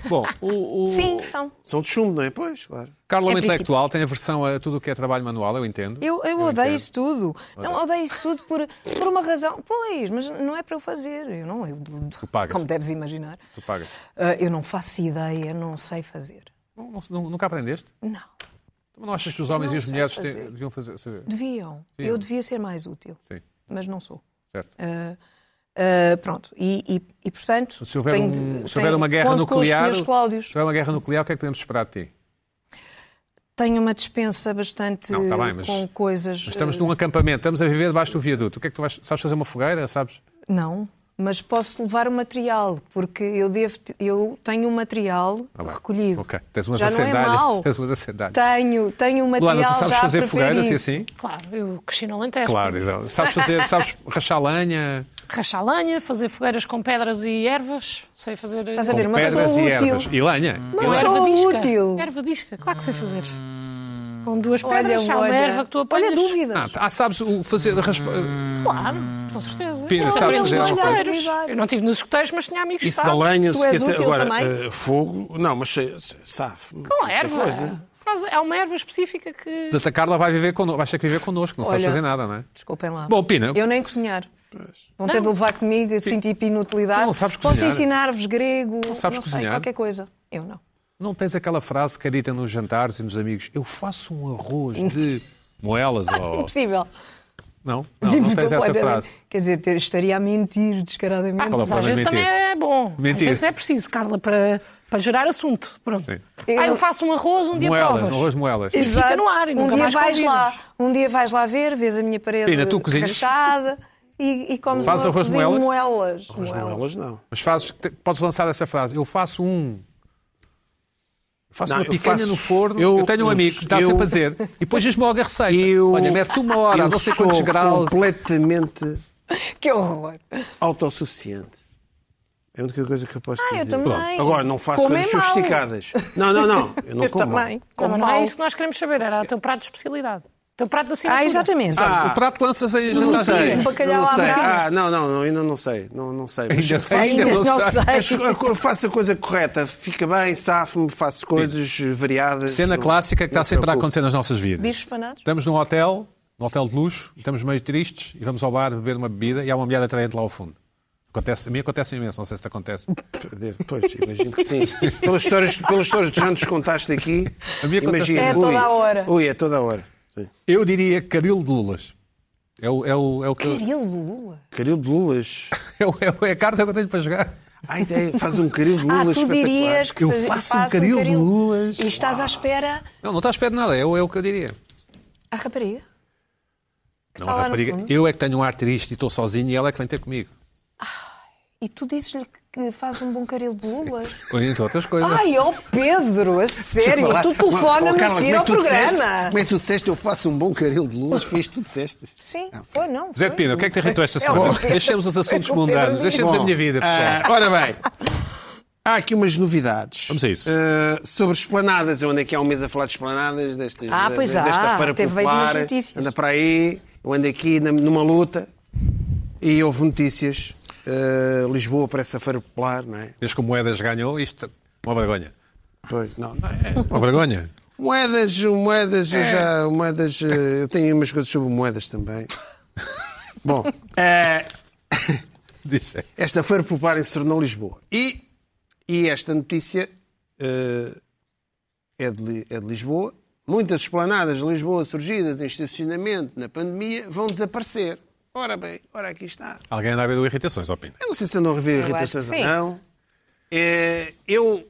A: Bom, o, o
C: Sim, são.
B: São de chumbo, não é? Pois, claro.
A: Carla é um
C: É
A: intelectual, tem aversão a tudo o que é trabalho manual, eu entendo.
C: Eu, eu odeio isso tudo. Não odeio isso tudo por, por uma razão. Pois, mas não é para eu fazer. Eu não, eu, tu
A: pagas.
C: Como deves imaginar.
A: Tu pagas.
C: Ah, eu não faço ideia, não sei fazer.
A: Não- não- não- nunca aprendeste?
C: Não,
A: Não achas que os homens
C: Não
A: e as
C: sei
A: mulheres te-
C: fazer.
A: deviam fazer? saber?
C: deviam. Eu devia ser mais útil,
A: Sim,
C: mas não sou.
A: certo.
C: É. Ah, pronto, e, e, e, portanto.
A: Se houver,
C: tenho
A: um-
C: de-
A: se
C: tenho-
A: houver uma guerra
C: conto Com
A: nuclear,
C: os
A: se
C: meus Cláudios.
A: houver uma guerra nuclear, o que é que podemos esperar de ti?
C: Tenho uma dispensa bastante
A: Não, tá bem, mas-
C: com coisas. eh,
A: Mas estamos num acampamento, estamos a viver debaixo do viaduto. O que é que tu vais, sabes fazer uma fogueira, sabes?
C: Não, mas posso levar o material, porque eu, devo, eu tenho o material
A: Ah, bem.
C: recolhido.
A: Ok, tens umas
C: Já não é
A: acendalhas.
C: mau.
A: Tens umas acendalhas.
C: Tenho, tenho o material
A: Luana, tu sabes
C: já
A: fazer
C: para ver
A: fogueiras e
C: isso.
A: assim?
D: Claro, eu cresci na Alentejo.
A: Claro, exato. Sabes fazer, sabes rachar lenha,
D: Rachar lenha, fazer fogueiras com pedras e ervas. Sei fazer.
C: Estás a ver, uma pessoa
A: pedras e ervas.
C: útil.
A: E lenha.
C: Uma pessoa
D: disca.
C: útil.
D: Erva disca, claro que sei fazer. Com duas pedras,
C: Olha,
D: já uma
C: olha.
D: erva que tu apanhas.
C: Olha, dúvidas.
A: Ah, ah, sabes o fazer. raspa-
D: Claro, com certeza.
A: Pina,
D: eu
A: sabes
D: aprendi
A: fazer
D: nos
A: alguma coisa?
D: escuteiros. Eu não tive nos escuteiros, mas tinha amigos que
B: Isso da
D: sabem.
B: lenha,
C: Tu
B: se
C: és
B: esquecer.
C: útil
B: Agora,
C: também?
B: eh, fogo. Não, mas sei- sabe.
D: Com
B: muita
D: erva.
B: coisa.
D: Faz- É uma erva específica que.
A: Portanto, a Carla vai, viver connosco, vais ter que viver connosco, não sabes
C: Olha.
A: fazer nada, não é?
C: Desculpem lá.
A: Bom, Pina.
C: Eu nem cozinhar. Vão ter de levar comigo, assim, tipo inutilidade.
A: Tu não sabes
C: Posso
A: cozinhar?
C: ensinar-vos grego, não,
A: sabes
C: sei,
A: cozinhar?
C: qualquer coisa. Eu não.
A: Não tens aquela frase que é dita nos jantares e nos amigos: eu faço um arroz de moelas ou.
C: Impossível.
A: Não, não, não tens essa
C: completamente.
A: frase.
C: Quer dizer, ter- estaria a mentir descaradamente.
A: Qual é o
D: Mas às vezes
A: Provavelmente
D: também é bom.
A: Mentira.
D: Às vezes é preciso, Carla, para, para gerar assunto. Pronto.
A: Sim.
C: Eu-
D: Ah, eu faço um arroz, um dia
A: Moelas,
D: provas.
A: um arroz de moelas.
D: E fica no ar e
C: um
D: nunca
C: dia
D: mais
C: vais
D: convidas.
C: lá, um dia vais lá ver, vês a minha parede
A: Pina, tu cozinhas?
C: rachada e, e comes
A: Fazes
C: um
A: arroz de
C: arrozinho
A: moelas?
C: moelas.
B: Mas não, elas não.
A: Mas fazes, te- podes lançar essa frase: eu faço um. Eu Faço
B: Não,
A: uma
B: eu
A: picanha
B: faço-
A: no forno. Eu,
B: eu-
A: tenho um
B: eu-
A: amigo que está
B: eu-
A: sempre a dizer. E depois diz-me logo a receita.
B: Eu-
A: Olha, metes uma hora, a
B: eu
A: não sei
B: sou
A: quantos graus.
B: completamente
C: Que horror.
B: autossuficiente. É a única coisa que eu posso
C: Ah, eu
B: dizer.
C: também.
B: Pronto. Agora, não faço
C: Comer
B: coisas
C: mal.
B: sofisticadas. Não, não, não. Eu não
C: Eu
B: como. mal.
C: também.
D: Não,
C: Como
D: mas não é
C: mal.
D: isso que nós queremos saber, era o teu prato de especialidade. Teu prato da assinatura.
C: Ah, exatamente.
A: Ah, o prato lança sem
B: Não sei.
C: Um bacalhau
B: não
C: à
B: sei.
C: brás.
B: Ah, não, não, não, ainda não sei. Não, não sei. Mas
A: Ainda
B: faço-
A: Ainda não
C: não
A: sei.
B: Mas
C: sei.
B: eu faço a coisa correta, fica bem, safo-me, faço coisas variadas.
A: Cena
B: Não-
A: clássica que
B: não
A: está
B: se
A: sempre a
B: preocupe.
A: acontecer nas nossas vidas.
C: Bichos panados.
B: Ah.
A: Estamos num hotel, num hotel de luxo, estamos meio tristes e vamos ao bar beber uma bebida e há uma mulher atraente lá ao fundo. Acontece, a mim acontece imenso, não sei se te acontece.
B: Deve- Pois, imagino que sim. Pelas histórias, pelas histórias que já nos contaste aqui,
A: A minha acontece-
B: imagino.
C: É toda
B: ui,
C: a hora.
B: Ui, é toda a hora. Sim.
A: Eu diria caril de lulas. É o, é o, é o que eu-
C: Caril de Lula.
B: Caril de Lulas.
A: é, o- é o- é a carta que eu tenho para jogar.
B: Ai, tem- faz um caril de
C: Ah,
B: Lulas
C: tu
B: espetacular.
C: dirias que
A: Eu
C: faz-
A: faço um
C: faz
A: caril de lulas.
C: E estás
B: Ah.
C: à espera
A: Não, não está à espera de nada, é o, é o que eu diria.
C: à rapariga. Que
A: Não,
C: está lá no
A: rapariga,
C: fundo.
A: eu é que tenho um ar triste e estou sozinho e ela é que vem ter comigo.
C: E tu dizes-lhe que faz um bom caril de lulas.
A: Entre outras coisas.
C: Ai, ó Pedro, a sério,
B: Falar-
C: tu
B: Oh,
C: telefona-me a
B: Carla,
C: seguir
B: como é
C: ao
B: que tu disseste-
C: programa.
B: Como é que tu disseste? Eu faço um bom caril de Lulas, fez tu disseste. Ah,
C: Sim, foi, não.
A: Zé
C: foi.
A: Pina, o que é que te irritou esta
C: É o
A: semana?
C: Pedro.
A: Deixemos os assuntos
C: É o Pedro
A: mundanos,
C: Dias.
A: deixemos a
B: Bom,
A: minha vida, pessoal.
B: ah, ora bem, há aqui umas novidades.
A: Vamos a isso.
B: Ah, sobre esplanadas. Eu ando aqui há um mês a falar de esplanadas, desta,
C: Ah,
B: da-
C: pois há.
B: desta feira
C: Teve aí
B: popular.
C: umas notícias.
B: Anda para aí, eu ando aqui na- numa luta e houve notícias. Ah, Lisboa para essa feira popular, não é?
A: Desde que o Moedas ganhou, isto uma vergonha.
B: Pois, não, não é.
A: Uma vergonha.
B: Moedas, moedas,
C: É.
B: eu já, moedas, eh, eu tenho umas coisas sobre moedas também. Bom, eh,
A: Diz aí.
B: esta feira popular em se tornou Lisboa. E, e esta notícia eh, é, de, Li- é de Lisboa. Muitas esplanadas de Lisboa surgidas em estacionamento na pandemia vão desaparecer. Ora bem, ora aqui está.
A: Alguém anda a ver do Irritações, opina.
B: Eu não sei se andam a rever
C: acho
B: irritações
C: que
B: ou
C: sim.
B: não. Eh, eu,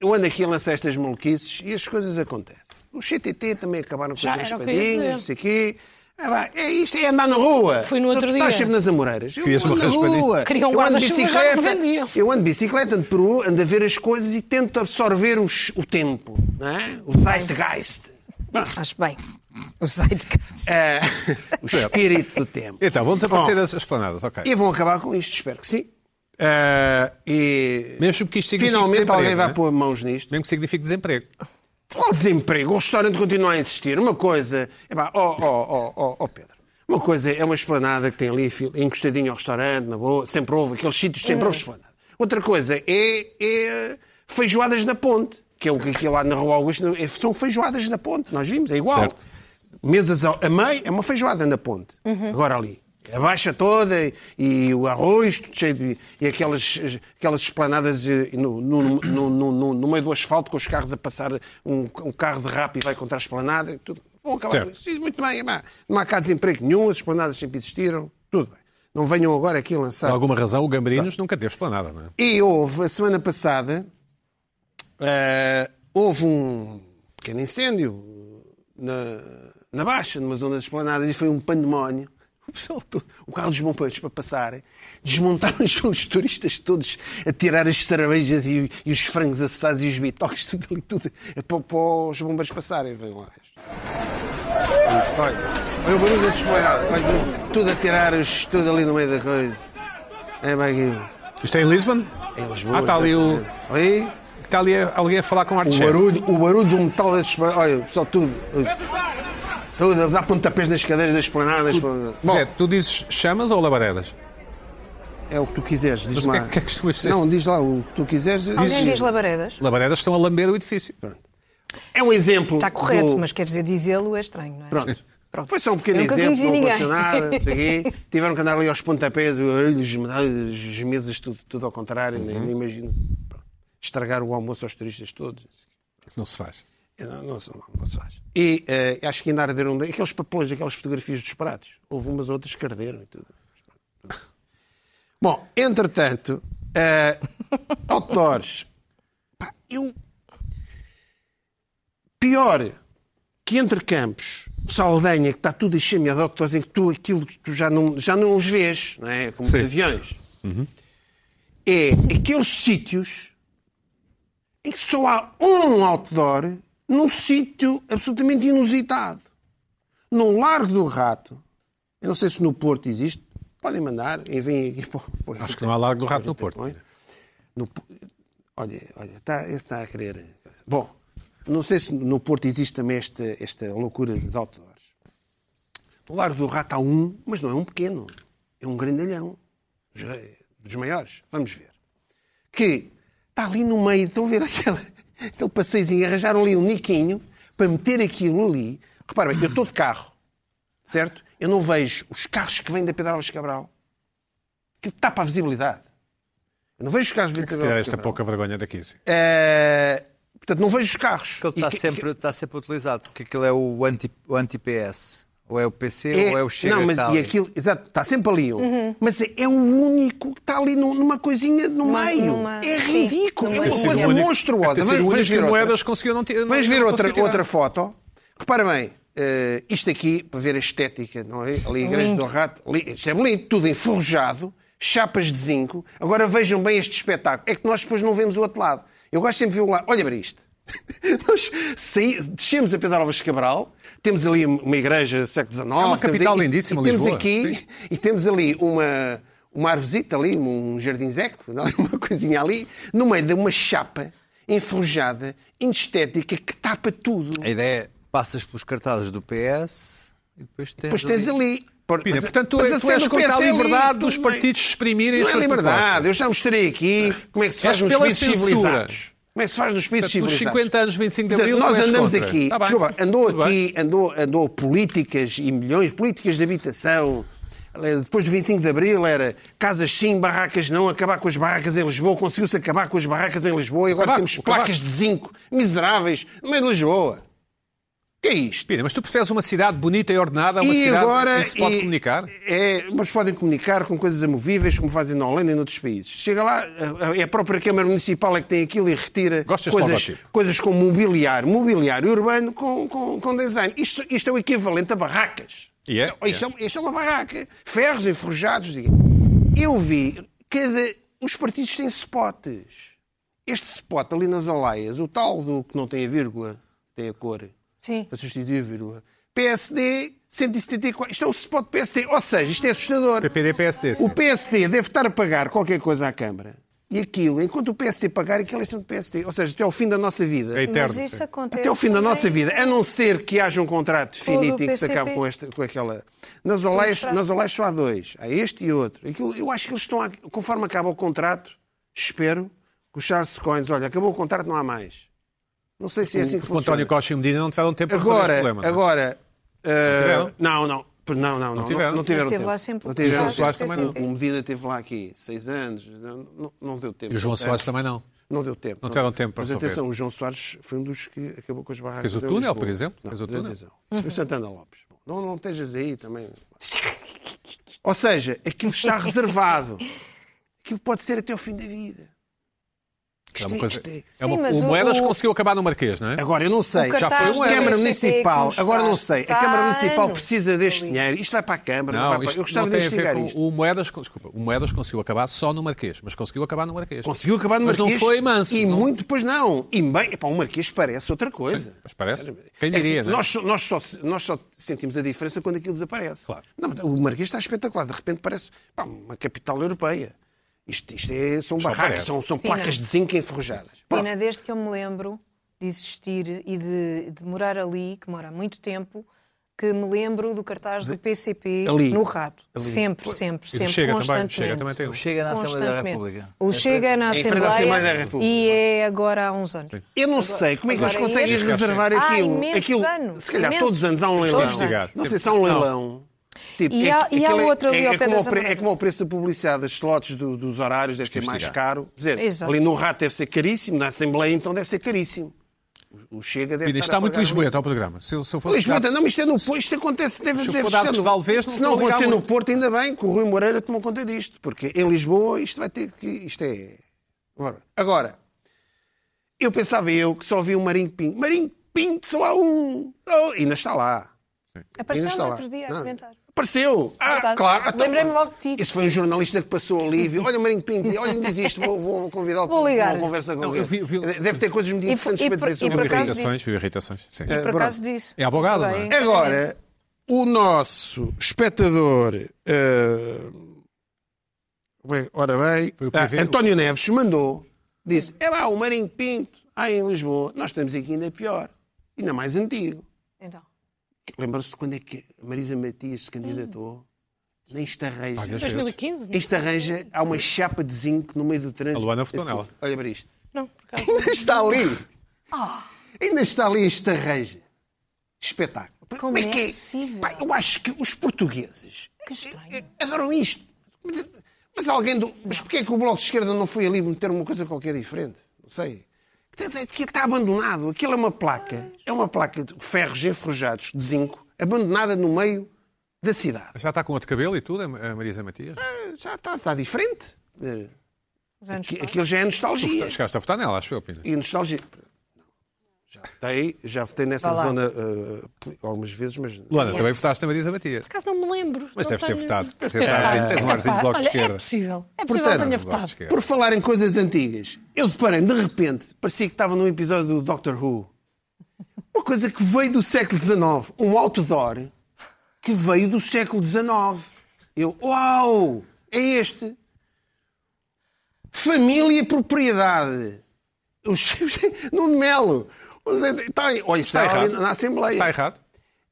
B: eu ando aqui a lançar estas maluquices e as coisas acontecem. Os CTT também acabaram com
D: Já
B: as
D: era o que eu ia
B: raspadinhas,
D: dizer.
B: não sei o quê. Ah, vá, é isto, é andar na rua.
D: Fui no outro
B: tu Estás
D: dia.
B: sempre nas Amoreiras. Eu
A: Querias
B: ando
A: uma
B: na
A: raspadinha.
B: rua.
D: Queria um
B: eu ando de
D: guarda-chuva, já
B: bicicleta.
D: não vendiam.
B: Eu ando de bicicleta, ando, por, rua, ando a ver as coisas e tento absorver os- o tempo, não é? o zeitgeist,
C: Acho bem. O site
B: eh, o espírito do tempo.
A: Então, vão desaparecer
B: Bom.
A: as planadas, ok.
B: E vão acabar com isto, espero que sim. Eh, e
A: Mesmo que isto signifique
B: Finalmente
A: desemprego,
B: alguém vai
A: né?
B: pôr mãos nisto.
A: Mesmo que signifique desemprego.
B: Qual desemprego? O restaurante continua a insistir. Uma coisa. Epá, oh, ó, ó, ó, ó, ó, oh, Pedro. Uma coisa é uma esplanada que tem ali fil- encostadinho ao restaurante, na boa, sempre houve, aqueles sítios sempre houve esplanada. Outra coisa é, é feijoadas na ponte, que é o que aqui lá na Rua Augusta é- são feijoadas na ponte, nós vimos, é igual.
A: Certo.
B: Mesas ao- a meio é uma feijoada na ponte, agora ali. A baixa toda e, e o arroz, tudo cheio de. e aquelas, aquelas esplanadas eh, no, no, no, no- no- no meio do asfalto com os carros a passar, um, um carro de rap e vai contra a esplanada. e Tudo. Vão acabar
A: Certo.
B: com isso. Sim, Muito bem, pá. não há cá desemprego nenhum, as esplanadas sempre existiram, tudo bem. Não venham agora aqui
A: Por
B: lançar.
A: alguma razão, o Gambrinos nunca teve esplanada, não é?
B: E houve, a semana passada, eh, houve um pequeno incêndio na, na Baixa, numa zona das esplanadas, e foi um pandemónio. O pessoal, todo- o carro dos bombeiros para passarem, desmontaram os, os turistas todos a tirar as cervejas e, o- e os frangos assados e os bitoques, tudo ali, tudo, eh, para, para os bombeiros passarem. Vejam lá. Olha, olha o barulho das esplanadas, olha, tudo- tudo a tirar os, tudo ali no meio da coisa. É bem aquilo.
A: Isto é em Lisbon?
B: Em Lisboa.
A: Ah, está ali o-
B: exatamente. Ali,
A: Está ali eh, alguém a falar com arte
B: o barulho, o barulho um do metal das esplanadas. Olha, pessoal, tudo. Tudo, a dar pontapés nas cadeiras das esplanadas. Bom,
A: Zé, tu dizes chamas ou labaredas?
B: é o que tu quiseres,
A: Mas
B: diz lá.
A: o que é- o que é que costumas dizer?
B: Não, diz lá o que tu quiseres.
C: Alguém diz labaredas?
A: Labaredas estão a lamber o edifício.
B: É um exemplo.
C: Está correto,
B: do-
C: mas quer dizer, dizê-lo é estranho, não é?
B: Pronto.
C: Pronto.
B: Foi só um pequeno
C: Eu nunca
B: exemplo,
C: conheci
B: não
C: ninguém.
B: aconteceu nada. não sei o quê. Tiveram que andar ali aos pontapés, o barulho, as medalhas, as mesas, tudo, tudo ao contrário, nem,
A: Uhum.
B: nem imagino. Pronto. Estragar o almoço aos turistas todos.
A: Não se faz.
B: Não, não, se- não, não se faz. E eh, acho que ainda arderam de- aqueles papelões, aquelas fotografias dos pratos. Houve umas outras que arderam e tudo. Bom, entretanto, eh, outdoors. Pá, eu. Pior que entre campos, Saldanha, que está tudo a chame de outdoors, em que tu aquilo que tu já não, já não os vês, não é? Como de aviões. É aqueles sítios em que só há um outdoor num sítio absolutamente inusitado. No Largo do Rato. Eu não sei se no Porto existe. Podem mandar, enviem aqui para o-
A: Acho que não há Largo do Rato no Porto.
B: Olha, no Po- olha, olha está, esse está a querer. Bom, não sei se no Porto existe também esta, esta loucura de outdoors. O Largo do Rato há um, mas não é um pequeno. É um grandalhão. Dos, dos maiores. Vamos ver. Que está ali no meio. Estão a ver aquela, aquele passeizinho? Arranjaram ali um niquinho para meter aquilo ali. Repara bem, eu estou de carro. Certo? Eu não vejo os carros que vêm da Pedro Alves Cabral. Que tapa a visibilidade. Eu não vejo os carros que vêm da
A: É Que se
B: Pedro
A: tirar
B: Alves
A: esta
B: Cabral.
A: pouca vergonha daqui. Sim.
B: Eh, Portanto, não vejo os carros.
E: Porque ele
B: E
E: está
B: que-
E: sempre, está sempre utilizado, porque aquilo é o anti- o anti-PS. ou é o PC,
B: É,
E: ou é o Chega
B: não, mas
E: que está
B: e
E: ali.
B: aquilo, exato, está sempre ali. um. Mas é o único que está ali no- numa coisinha no meio.
C: numa-
B: é
C: sim,
B: ridículo,
C: numa-
B: é
A: Ter sido
B: uma
C: Deve Uma
A: o
B: coisa
A: único- deve
B: monstruosa.
A: ter sido o
B: Vamos-
A: único
B: vamos
A: que
B: ver outra.
A: moedas conseguiu não ter.
B: Vamos
A: não-
B: ver
A: não
B: outra,
A: conseguiu tirar.
B: outra foto. Repara bem, eh, isto aqui, para ver a estética, não é? Ali a Igreja do Rato, ali, isto é bonito, tudo enferrujado, chapas de zinco. Agora vejam bem este espetáculo. É que nós depois não vemos o outro lado. Eu gosto sempre de ver o lado. Olha para isto. Nós saí, descemos a Pedro Alves Cabral, temos ali uma igreja do século
A: É
B: XIX.
A: uma
B: temos
A: capital
B: aí-
A: lindíssima,
B: e temos
A: Lisboa.
B: aqui
A: Sim.
B: e temos ali uma, uma arvozita ali, um jardinzeco, não é? uma coisinha ali, no meio de uma chapa enferrujada, inestética, que tapa tudo.
E: A ideia é, passas pelos cartazes do PS e depois tens,
B: Depois tens ali. por-
A: Pina,
B: mas-
A: portanto, tu,
B: mas
A: é-
B: a
A: tu
B: cena
A: és
B: do
A: contra a
B: PS é ali,
A: liberdade dos
B: tudo bem.
A: partidos de exprimirem
B: Não
A: as
B: é
A: suas
B: liberdade,
A: propostas.
B: eu já mostrei aqui como é que se faz
A: És
B: nos
A: pela
B: países
A: censura.
B: civilizados. Como é que se faz nos países
A: Portanto, nos
B: civilizados?
A: 50 anos, 25 de
B: Portanto,
A: abril,
B: nós
A: tu és
B: andamos
A: contra.
B: aqui,
A: Tá bem.
B: desculpa, andou
A: Tudo
B: aqui, andou, andou políticas e milhões, políticas de habitação. é, Depois do 25 de Abril era casas sim, barracas não, acabar com as barracas em Lisboa, conseguiu-se acabar com as barracas em Lisboa e agora
A: Acabar,
B: temos
A: acabar.
B: placas de zinco miseráveis no meio de Lisboa. que é isto?
A: Pina, mas tu preferes uma cidade bonita e ordenada, uma cidade em que se pode
B: e-
A: comunicar?
B: É, mas podem comunicar com coisas amovíveis, como fazem na Holanda e noutros países. Chega lá, a- a- é a própria Câmara Municipal é que tem aquilo e retira
A: Gostas de
B: coisas,
A: logotipo?
B: coisas com mobiliário, mobiliário urbano com, com, com design. Isto, isto é o equivalente a barracas.
A: E é?
B: Isto, é, isto é uma barraca. Ferros enferrujados. Eu vi cada. Os partidos têm spots. Este spot ali nas olaias, o tal do que não tem a vírgula, tem a cor
C: Sim.
B: para substituir a vírgula. PSD 174. Isto é o spot PSD. Ou seja, isto é assustador.
A: PPD, PSD.
B: O PSD deve estar a pagar qualquer coisa à Câmara. E aquilo, enquanto o PSD pagar, aquilo é sempre do PSD. Ou seja, até ao fim da nossa vida.
A: É
C: Mas
A: eterno.
C: isso
A: sim.
C: acontece.
B: Até ao fim da
C: também.
B: nossa vida. A não ser que haja um contrato
C: Com o do
B: finito em que se
C: PCP.
B: acabe com, esta, com aquela. Nas oleias,
C: mostrar.
B: nas oleias só há dois. Há este e outro. Aquilo, eu acho que eles estão. A, conforme acaba o contrato, espero que o Charles Coins, olha, acabou o contrato, não há mais. Não sei se é assim que
A: O
B: funciona.
A: António Costa e o Medina não tiveram tempo para resolver
B: Agora,
A: esse problema. não é?
B: agora. eh,
A: tiveram?
B: não, não. Pois Não, não, não.
A: tiveram?
B: Não, não tiveram
C: Esteve
B: tempo.
C: lá sempre
B: Não
C: com o
B: tiveram
A: João Soares também não. é?
B: O Medina teve lá aqui seis anos. Não, não, não deu tempo.
A: E o João Soares
B: Eh,
A: também não.
B: Não deu tempo.
A: Não tiveram tempo para
B: Mas
A: resolver.
B: atenção, o João Soares foi um dos que acabou com as barracas.
A: Fez o
B: em
A: túnel,
B: Lisboa.
A: por exemplo?
B: Não,
A: Fez o
B: mas
A: túnel.
B: atenção. Foi o Santana Lopes. Bom, Não, não estejas aí também. Ou seja, aquilo está reservado. Aquilo pode ser até o fim da vida.
A: É
B: Isto
A: uma
B: é-
A: coisa-
B: isto é-
A: é uma-
C: Sim, mas
A: o
C: o-
A: Moedas
C: o-
A: conseguiu acabar no Marquês, não é?
B: Agora, eu não sei.
C: O
A: Já foi
C: cartaz
A: um
C: do
A: ano.
B: Câmara
C: PCP
B: Municipal,
C: que
B: agora não
C: está-
B: sei. A
C: está
B: Câmara
C: há
B: Municipal
C: anos.
B: precisa deste dinheiro. Isto vai para a Câmara. não vai
A: Não,
B: para-
A: isto
B: Eu gostava
A: não
B: de
A: tem a ver
B: investigar
A: com
B: isto.
A: o Moedas. con- Desculpa, o Moedas conseguiu acabar só no Marquês, mas conseguiu acabar no Marquês.
B: Conseguiu acabar no
A: Mas não
B: Marquês.
A: foi manso,
B: E
A: não.
B: muito depois não. E bem, epá, o Marquês parece outra coisa.
A: Mas parece.
B: Sério,
A: Quem
B: é que
A: diria, não é?
B: nós, só- nós, só, nós só sentimos a diferença quando aquilo desaparece.
A: Claro.
B: Não, mas o Marquês está espetacular. De repente parece pá, uma capital europeia. Isto, isto é, são barracas,
A: parece.
B: são, são
C: Pina.
B: placas de zinco enferrujadas. Pronto.
C: Pina, desde que eu me lembro de existir e de, de morar ali, que moro há muito tempo, que me lembro do cartaz do PCP
B: ali.
C: no rato. Sempre, sempre,
A: E do
C: sempre.
A: Chega também.
C: constantemente.
A: Chega também tem um.
E: O Chega na Assembleia da
C: Constantemente.
E: República.
C: O
B: É
C: Chega na
B: frente à
C: Assembleia,
B: Assembleia da República.
C: e é agora há uns anos.
B: Eu não sei como é que eles
C: agora
B: conseguem
C: este-
B: reservar
C: Há
B: aquilo.
C: imensos
B: aquilo
C: anos,
B: se calhar
C: imensos.
B: todos os anos há um leilão.
C: Temos de
A: investigar.
B: Não sei se há um leilão. Tipo,
C: E há-
B: que-
C: e há
B: aquilo é-
C: outro ali
B: é,
C: ao
B: é,
C: pé
B: como
C: da
B: o pre-
C: Zamora.
B: é como o preço da publicidade, os slots do- dos horários deve ser mais
A: investigar.
B: caro. Quer dizer,
C: Exato.
B: ali no rato deve ser caríssimo, na Assembleia então deve ser caríssimo. O o Chega deve
A: Pina, isto
B: estar a
A: está muito
B: pagar
A: Lisboeta ao programa. Se eu, se eu for
B: Lisboa,
A: dar-
B: não, mas isto é no Porto, isto acontece, deve,
A: Se eu
B: deve
A: for dar
B: ser.
A: de
B: no-
A: Valvez, não
B: se
A: estou
B: não
A: a ligar
B: acontecer no
A: muito.
B: Porto, ainda bem que o Rui Moreira tomou conta disto, porque em Lisboa isto vai ter que. Isto é. Ora, Agora, eu pensava eu que só vi o Marinho Pinto. Marinho Pinto, só há um. Oh, ainda está lá. Ainda
C: Apareceu
B: está
C: no
B: lá.
C: outro dia a
B: Não.
C: comentar.
B: Apareceu! Ah,
C: Tá.
B: claro. então-
C: Lembrei-me logo de ti.
B: Isso foi um jornalista que passou ali e viu: olha, Marinho Pinto, olha, ainda existe, vou, vou convidá-lo
C: Vou
B: para
C: ligar.
B: uma conversa com
A: Não,
B: ele.
A: eu vi- um- vi-
B: Deve ter coisas muito
C: E-
B: interessantes
C: e
B: para
C: por-
B: dizer
C: e
B: sobre
C: por
A: Viu
B: Marinho.
C: acaso
A: irritações,
C: disse.
A: viu irritações. Sim.
B: Eh,
C: E por acaso disse.
A: É abogado,
C: Bem,
A: não é?
B: Agora, o nosso espectador. eh, bem, ora bem,
A: Foi o
B: ah,
A: PV.
B: António Neves mandou, disse: é lá, o Marinho Pinto, aí em Lisboa, nós temos aqui ainda pior, ainda mais antigo.
C: Então,
B: que Lembram-se de quando é que a Marisa Matias se candidatou? Nem isto arranja.
A: Várias vezes.
D: 2015? não?
B: Isto arranja, há uma chapa de zinco no meio do trânsito. Assim,
A: A Luana votou nela.
B: Olha para isto.
D: Não, por acaso.
B: Ainda está ali.
C: Oh.
B: Ainda está ali este arranja. Espetáculo.
C: Como é
B: que
C: possível?
B: Pá, eu acho que os portugueses
C: Que estranho.
B: eh, adoram isto. Mas, mas alguém do... Mas porquê é que o Bloco de Esquerda não foi ali meter uma coisa qualquer diferente? Não sei. tá, Está, está abandonado. Aquilo é uma placa. É uma placa de ferros enferrujados, de zinco, abandonada no meio da cidade.
A: Já está com outro cabelo e tudo, a Marisa Matias?
B: Ah, Já está, está diferente. Eh,
C: Os anos
B: que-
C: passam.
B: Aquilo já é nostalgia.
A: Então, Chegaste a votar nela, acho eu, Pina.
B: E nostalgia. Já votei, já votei nessa
C: Vá lá.
B: zona eh, poli- algumas vezes, mas.
A: Luana, também votaste a Marisa Matias.
D: Por acaso não me lembro.
A: Mas
D: Não
A: deves ter
D: tenho-
A: votado.
D: Deves
A: Tens
D: ter
A: um
D: votado.
A: arzinho- tens um
D: É
A: arzinho de Bloco
D: capaz.
A: de
D: Olha,
A: Esquerda.
D: É possível. É possível
B: Portanto,
D: que tenha
A: Bloco de
D: votado.
A: Esquerda.
B: Por falar em coisas antigas, eu deparei de repente, parecia que estava num episódio do Doctor Who. Uma coisa que veio do século XIX, um outdoor que veio do século XIX. Eu, uau! É este. Família e propriedade. Os... Nuno Melo. Está, olha, está,
A: Está
B: ali
A: errado.
B: na Assembleia.
A: Está errado?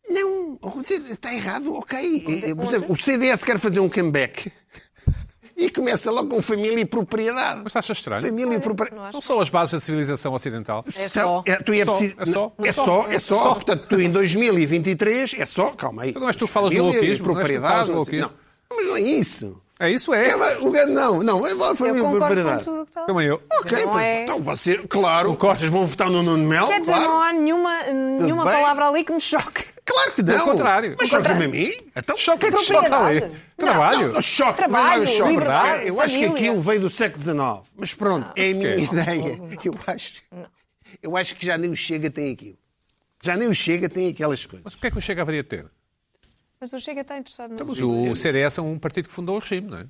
B: Não, quer dizer, está errado, ok. Eh, eh, Por exemplo, o CDS quer fazer um comeback e começa logo com família e propriedade.
A: Mas achas estranho?
B: Família e
C: não
B: propriedade.
C: acho.
A: Não são as bases da civilização ocidental?
C: só.
B: é, tu é,
A: Só,
B: preciso-
A: é só.
B: é só, é só. Portanto, tu em 2023 é só, calma aí.
A: Não és tu que falas do
B: Família e
A: wokeismo, não és tu que falas
B: propriedade,
A: do
B: não, sei- não,
A: wokeismo.
B: mas não é isso.
A: É isso,
B: É,
A: é.
B: mas o grande não, não, é lá
C: Eu
B: família e
C: concordo com
B: propriedade.
C: tudo o que está.
A: Também eu.
B: Ok,
C: Não é-
B: então você, claro, vocês vão votar no Nuno Melo,
C: Quer dizer,
B: claro.
C: não há nenhuma, nenhuma
B: bem.
C: palavra ali que me choque.
B: Claro que não.
A: Ao contrário.
B: Mas
A: Ao
B: choca-me a mim. Então,
A: Choca é que choca ali.
C: Propriedade.
A: Trabalho.
B: Não, choque,
C: Trabalho,
B: não é choque.
C: liberdade,
B: Eu acho que
C: família.
B: aquilo veio do século XIX. Mas pronto, é a minha ideia. Eu acho, eu acho que já nem o Chega tem aquilo. Já nem o Chega tem aquelas coisas.
A: Mas o que é que o Chega haveria de ter?
C: Mas o Chega está interessado no.
A: Então, Mas o CDS é um partido que fundou o regime, não é?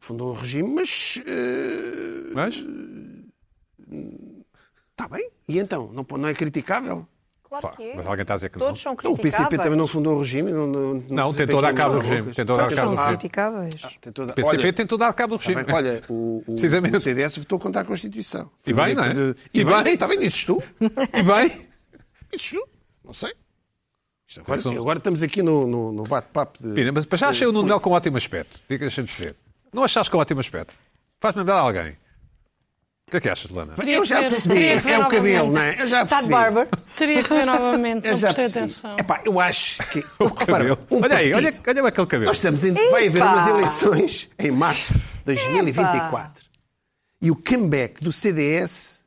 B: Fundou o regime, mas eh,
A: Mas
B: está bem. E então? Não, não é criticável?
C: Claro
A: Pá,
C: que é.
A: mas alguém está a dizer que não.
C: Todos são
B: Então, o PCP
C: criticáveis.
B: também não fundou o regime? Não, não,
A: Não,
B: tem
A: tentou dar
B: aquelas
A: cabo do
B: loucas.
A: regime, tentou dar
B: Ah,
A: cabo do
B: tentou-
A: regime.
C: criticáveis.
B: ah, tentou dar-
A: o PCP
B: Olha, tá
A: tentou dar cabo do regime.
B: Bem, Olha, o, o,
A: Precisamente.
B: o CDS votou contra a Constituição.
A: E bem, não é?
B: E,
A: E
B: bem,
A: bem.
B: está bem, dizes tu.
A: E bem,
B: Dizes tu. Não sei. Isto agora, agora estamos aqui no, no, no bate-papo de...
A: Pina, mas para já achei o Nuno Melo com um ótimo aspecto. Diga, deixa-me dizer. Não achaste com um ótimo aspecto? Faz-me lembrar alguém. O que é que achas, Lana?
B: Eu já percebi.
D: Teria que ver
B: É o cabelo,
D: novamente.
B: não é? Eu já
C: Está
B: percebi.
C: de barber.
D: Teria que ver novamente,
B: Eu
D: não
B: já percebi.
D: prestei
B: É
D: atenção.
B: Epá, eu acho que... um
A: O cabelo. olha aí, olha, olha aquele cabelo.
B: Nós estamos em... Vai haver
C: Epa.
B: umas eleições em março de 2024. E o comeback do CDS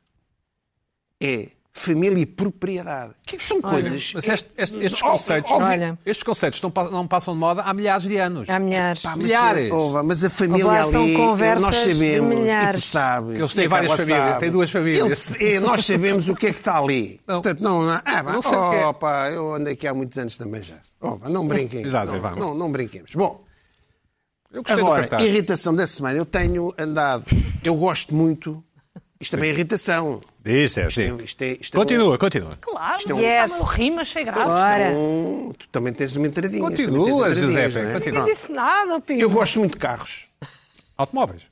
B: é família e propriedade. Que são coisas...
A: Mas este- este- estes
B: Ó,
A: conceitos,
B: ó,
C: Olha.
A: estes conceitos não, pa- não passam de moda há milhares de anos.
C: Há milhares.
B: Pá,
A: Milhares.
B: Mas, eh, ouve, mas a família
C: Ouve lá,
B: ali, eh,
C: são conversas
B: nós sabemos,
C: de milhares.
B: e tu sabes.
A: Eles têm
B: e aquela
A: várias famílias,
B: sabe.
A: têm duas famílias.
B: Eles- é, nós sabemos o que é que está ali.
A: Não.
B: Portanto, não, não, ah, pá,
A: Não sei o que é.
B: oh, pá, eu andei aqui há muitos anos também já. Oh, pá, não brinquem.
A: Já sei,
B: não,
A: vamos.
B: não, não brinquemos. Bom,
A: Eu gostei do
B: agora,
A: cartaz.
B: irritação da semana. Eu tenho andado, eu gosto muito. Isto também é irritação.
A: Isso, é, sim.
B: Isto é- isto é- isto é
A: Continua, continua.
D: Claro,
B: é um-
D: yes.
C: Yes.
D: eu ri, mas sem graça.
C: Ora,
B: Hum, tu também tens uma entradinha.
A: Continua,
B: também tens entradinhas,
A: Giuseppe,
B: não é?
A: continua.
D: Não
B: Pronto.
D: disse nada, Pino.
B: Eu gosto muito de carros.
A: Automóveis.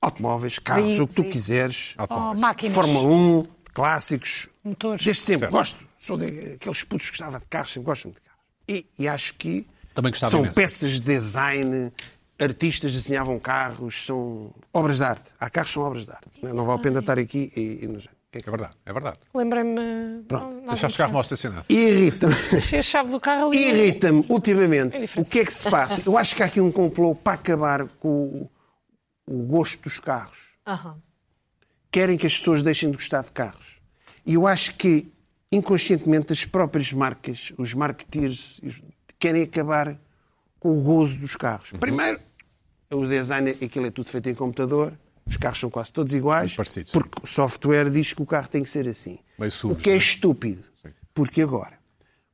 B: Automóveis, carros,
C: Veículos.
B: o que tu quiseres.
D: Oh,
A: Automóveis.
D: máquinas.
B: Fórmula 1, clássicos.
D: Motores.
B: Desde sempre.
A: Certo.
B: Gosto. Sou daqueles putos que gostava de carros, sempre gosto muito de carros. E, e acho que
A: Também gostava
B: são
A: imenso.
B: peças de design, artistas desenhavam carros, são obras de arte. Há carros que são obras de arte. Não, não vale a pena estar aqui e, e nos...
A: É verdade, é verdade.
B: um.
D: Lembrei-me. Pronto.
A: Deixaste o carro mal estacionado.
B: Irrita-me
D: Deixei a chave do carro ali.
B: irrita-me ultimamente o que é que se passa. Eu acho que há aqui um complô para acabar com o, o gosto dos carros.
C: aham.
B: querem que as pessoas deixem de gostar de carros. E eu acho que, inconscientemente, as próprias marcas, os marketeers, os- querem acabar com o gozo dos
A: Uhum.
B: carros. Primeiro, o design, aquilo é tudo feito em computador, os carros são quase todos iguais,
A: Muito parecidos, sim.
B: porque o software diz que o carro tem que ser assim.
A: Meio
B: o
A: sujos,
B: que é
A: não é?
B: estúpido, porque agora,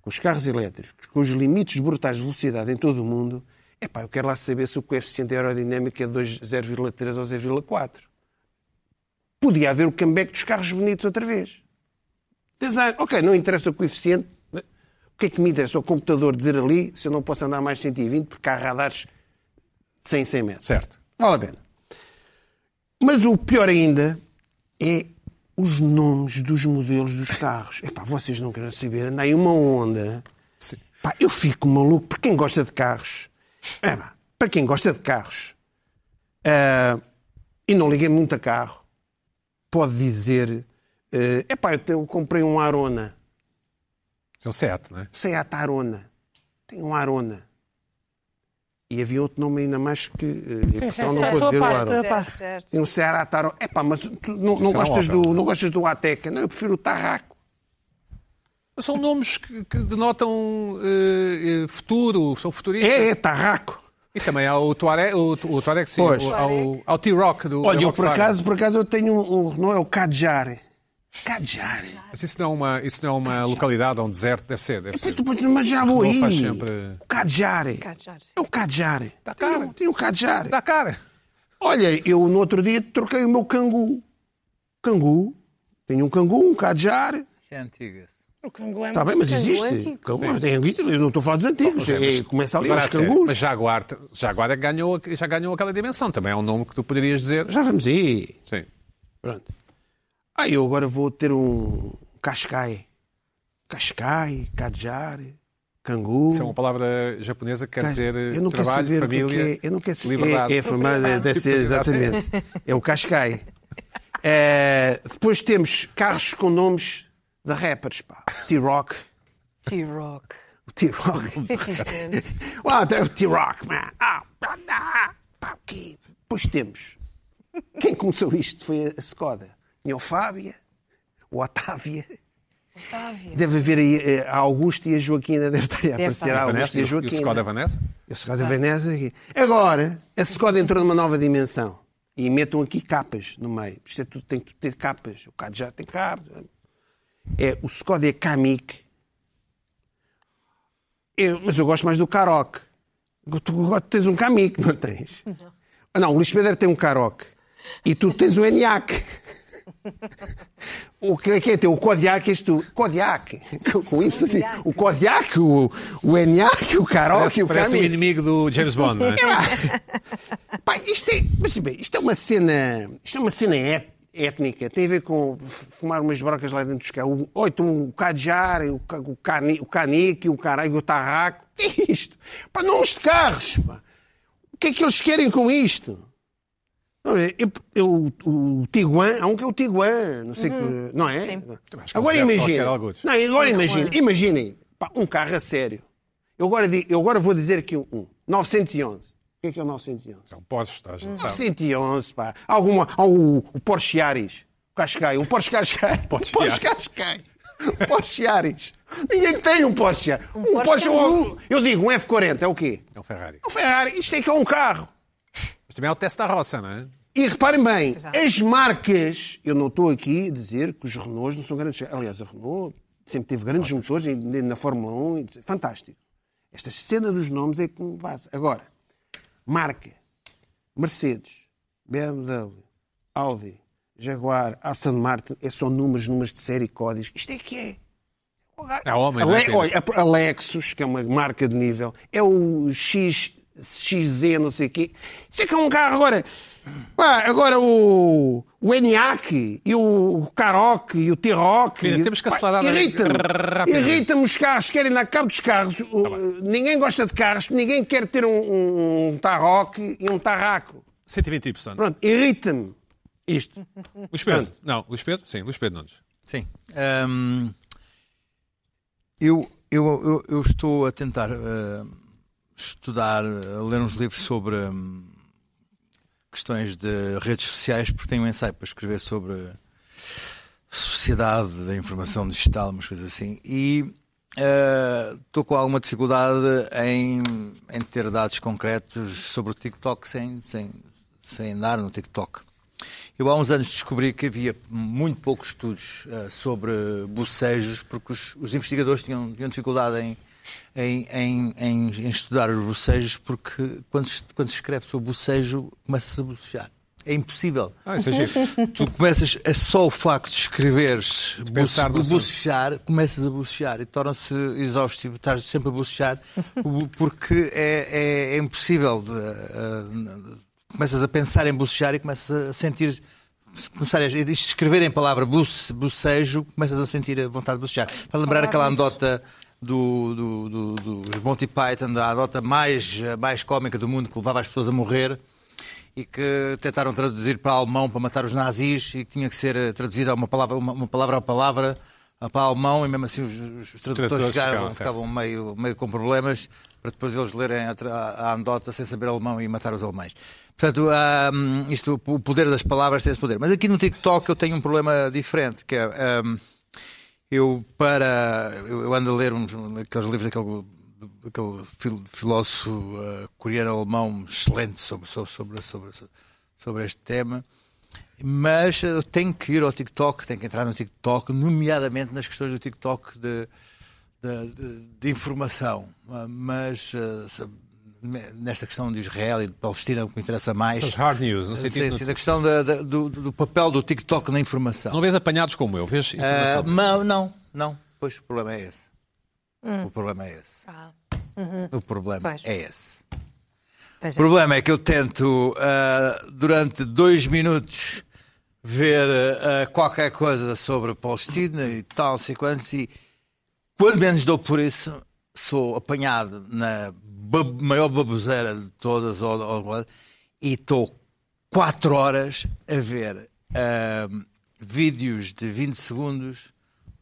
B: com os carros elétricos, com os limites brutais de velocidade em todo o mundo, epá, eu quero lá saber se o coeficiente aerodinâmico é 2, 0,3 ou 0,4 podia haver o comeback dos carros bonitos outra vez. Design. Ok, não interessa o coeficiente. O que é que me interessa? O computador dizer ali se eu não posso andar mais 120 porque há radares de 100, 100 metros.
A: Certo.
B: Vale a pena. Mas o pior ainda é os nomes dos modelos dos carros. Epá, vocês não querem saber. Anda aí uma onda Pá, eu fico maluco para quem gosta de carros. É, pá, para quem gosta de carros ah, e não liguei muito a carro, pode dizer: é epá, eu, te- eu comprei um Arona,
A: São sete, não é?
B: Seat Arona, tenho um Arona. E havia outro nome ainda mais que. eh,
D: Sim, sim,
B: eu não
D: sim. Tua
B: vou dizer o
D: parte,
B: Arona.
D: tua
C: Certo, certo.
B: Tem um Ceará Taró. Epá, mas tu não, não
A: é um
B: gostas
A: Opel.
B: do, não gostas do Ateca. Não, eu prefiro o Tarraco.
A: São nomes que, que denotam eh, eh, futuro, são futuristas.
B: É, é, Tarraco.
A: E também há o Tuareg, o, o Tuareg sim,
B: Pois.
A: o- ao, ao T-Rock do
B: Olha,
A: da
B: eu por
A: Volkswagen.
B: acaso, por acaso eu tenho um, um não é o Cajare. Cajare.
A: Mas isso não é uma, isso não é uma localidade, é um deserto, deve ser. Deve
B: Depois,
A: ser.
B: depois, mas já vou
A: Não
B: aí.
A: faz sempre-
B: O Cajare.
C: Cajare, sim.
B: É o Cajare.
A: Tá
B: Tem
A: cara.
B: um- Tem o Cajare.
A: Dá cara.
B: Olha, eu no outro dia troquei o meu cangu. Cangu. Tenho um cangu, um Cajare.
E: É antigas.
D: O cangu é
B: Está Tá bem,
D: muito
B: mas
D: pequeno.
B: existe. Cangu, tem angu, eu não estou a falar dos antigos.
A: é, mas-
B: É, Começa ali
A: Agora,
B: os
A: a sério,
B: cangus.
A: Mas Jaguar, Jaguar é que ganhou, já ganhou aquela dimensão. Também é um nome que tu poderias dizer.
B: Já vamos aí.
A: Sim.
B: Pronto. Aí eu agora vou ter um cascai. Cascai, cajare, cangu.
A: Isso é uma palavra japonesa que quer
B: Ca-
A: dizer eh,
B: eu não
A: trabalho,
B: quero saber
A: família,
B: o que é que é. Eu não quero saber.
A: liberdade.
B: É, é a família deve ser, exatamente. É o cascai. É, depois temos carros com nomes de rappers, pá. T-Rock.
C: T-Rock.
B: O T-Rock. Ah, tem o T-Rock, man. Ah, pá, dá. Pá, o quê? Pois temos. Quem começou isto foi a Skoda. Tinha o Fábia, o Otávia. Deve haver aí eh, a Augusta e a Joaquina, deve estar aí a aparecer
C: estar.
B: a Augusta
A: Vanessa,
B: e
A: e o-
B: a
A: e o Skoda
B: Joaquina.
A: Vanessa?
B: A Skoda Veneza. aqui. Agora, a Skoda entrou numa nova dimensão. E metam aqui capas no meio. Isto é tudo, tem que ter capas. O carro já tem capas. É, o Skoda é Kamik. Eu- mas eu gosto mais do Karoque. Tu go- tens um Kamik, não tens? Não. Não, o Luís Pedro tem um Karoque. E tu tens um ENIAC. O que é que é teu? O Kodiak, este tu. Kodiak. Com- Com Y. O Kodiak, o, o ENIAC, o Karoque,
A: Parece,
B: o
A: parece um o
B: Kamik.
A: inimigo do James Bond, não é?
B: Pá, isto é, mas, bem, isto é uma cena, isto é uma cena et- étnica, tem a ver com f- fumar umas brocas lá dentro dos carros. O- Oi, tu, um o Cajar, o, ca- o, cani, o Canique, o Caralho, o Tarraco. O que é isto? Pá, nomes de carros, pá. O que é que eles querem com isto? Olha, Eu, eu- o Tiguan, há um que é o Tiguan, não sei que, não é? Agora
A: José
B: imagina.
A: Walker Algures.
B: Não, agora imagina, imaginem, pá, um carro a sério. Eu agora, di- eu agora vou dizer aqui um, um 911. O que é que é o 911?
A: Então, podes, está, a gente sabe.
B: 911, pá. Alguma, o, o Porsche Ares. O Cascai. Um Porsche Cascai.
A: Porsche
B: Um Porsche
A: Ares.
B: Cascai. Um Porsche Ares. Ninguém tem um Porsche Ares. Um, Porsche... eu, eu digo, um F40 é o quê?
A: É o Ferrari.
B: Um Ferrari. Isto é que é um carro.
A: Mas também é o teste da roça, não é?
B: E reparem bem,
C: Exato.
B: as marcas, eu não estou aqui a dizer que os Renaults não são grandes. Aliás, a Renault sempre teve grandes motores e na Fórmula 1, e- fantástico. Esta cena dos nomes é que me passa. Agora, marca, Mercedes, BMW, Audi, Jaguar, Aston Martin, é só números, números de série, códigos. Isto é que é.
A: É homem, não é
B: Ale-
A: apenas.
B: olha, a- a Lexus, que é uma marca de nível, é o X, XZ, não sei o quê. Isto é que é um carro agora. Pá, agora o, o ENIAC e o Karoq e o T-Rock.
A: Pina,
B: e-
A: temos que
B: pá,
A: acelerar
B: Irrita-me.
A: rápido.
B: Irrita-me os carros, querem dar cabo dos carros. O- ninguém gosta de carros, ninguém quer ter um, um, um Tarroc e um Tarraco.
A: 120Y.
B: Pronto, irrita-me isto.
A: é?
D: Ah,
A: Luís Pedro. Não, Luís Pedro? Sim, Luís Pedro Nunes.
E: Sim. Ahm, eu, eu, eu, eu estou a tentar ah, estudar, a ler uns livros sobre hum, questões de redes sociais, porque tenho um ensaio para escrever sobre sociedade da informação digital, umas coisas assim. E ah, estou com alguma dificuldade em, em ter dados concretos sobre o TikTok sem, sem, sem andar no TikTok. Eu há uns anos descobri que havia muito poucos estudos ah, sobre bocejos, porque os, os investigadores tinham, tinham dificuldade em, em, em- em- em estudar os bocejos, porque quando, se- quando se escreve sobre bocejo, começa-se a bocejar. É impossível
A: Ah, isso é giro.
E: tu começas a só o facto de escreveres
A: pensar no
E: buce- bucejar, começas a bucejar e torna-se exaustivo, estás sempre a bucejar bu- porque é, é- é impossível de, ah, n- começas a pensar em bucejar e começas a sentir se começar a a escrever em palavra buce, bocejo, começas a sentir a vontade de bucejar. Para lembrar aquela anedota do, do, do- dos Monty Python, da nota mais, eh, mais cómica do mundo, que levava as pessoas a morrer, e que tentaram traduzir para alemão para matar os nazis, e que tinha que ser eh, traduzida uma palavra, uma, uma palavra a palavra ah, para alemão, e mesmo assim os, os- os tradutores
F: Tradutores
E: ficavam,
F: ficavam, certo.
E: ficavam meio, meio com problemas, para depois eles lerem a, tra- a anedota sem saber alemão e matar os alemães. Portanto, ah, hum, isto, o poder das palavras tem esse poder. Mas aqui no TikTok eu tenho um problema diferente, que é... ah, eu para eu eu ando a ler uns, um, aqueles livros daquele, daquele fil- filósofo ah, coreano-alemão excelente sobre, sobre, sobre, sobre, sobre este tema, mas eu tenho que ir ao TikTok, tenho que entrar no TikTok, nomeadamente nas questões do TikTok de, de, de- de informação, Ah, mas ah, se- ne- nesta questão de Israel e de Palestina o que me interessa mais é
A: Essas hard news, no
E: sim,
A: sentido
E: sim, da questão da- da- do, do papel do TikTok na informação.
A: Não vês apanhados como eu, vês informação.
E: Ah, mas não, não. Pois o problema é esse. O problema é esse.
D: Ah.
E: O problema
C: Pois.
E: é esse.
C: Pois
E: O
C: é.
E: problema é que eu tento ah, durante dois minutos ver ah, qualquer coisa sobre a Palestina e tal, não sei quantos, e quando menos dou por isso, sou apanhado na ba- maior baboseira de todas ou- ou- e estou quatro horas a ver ah, vídeos de 20 segundos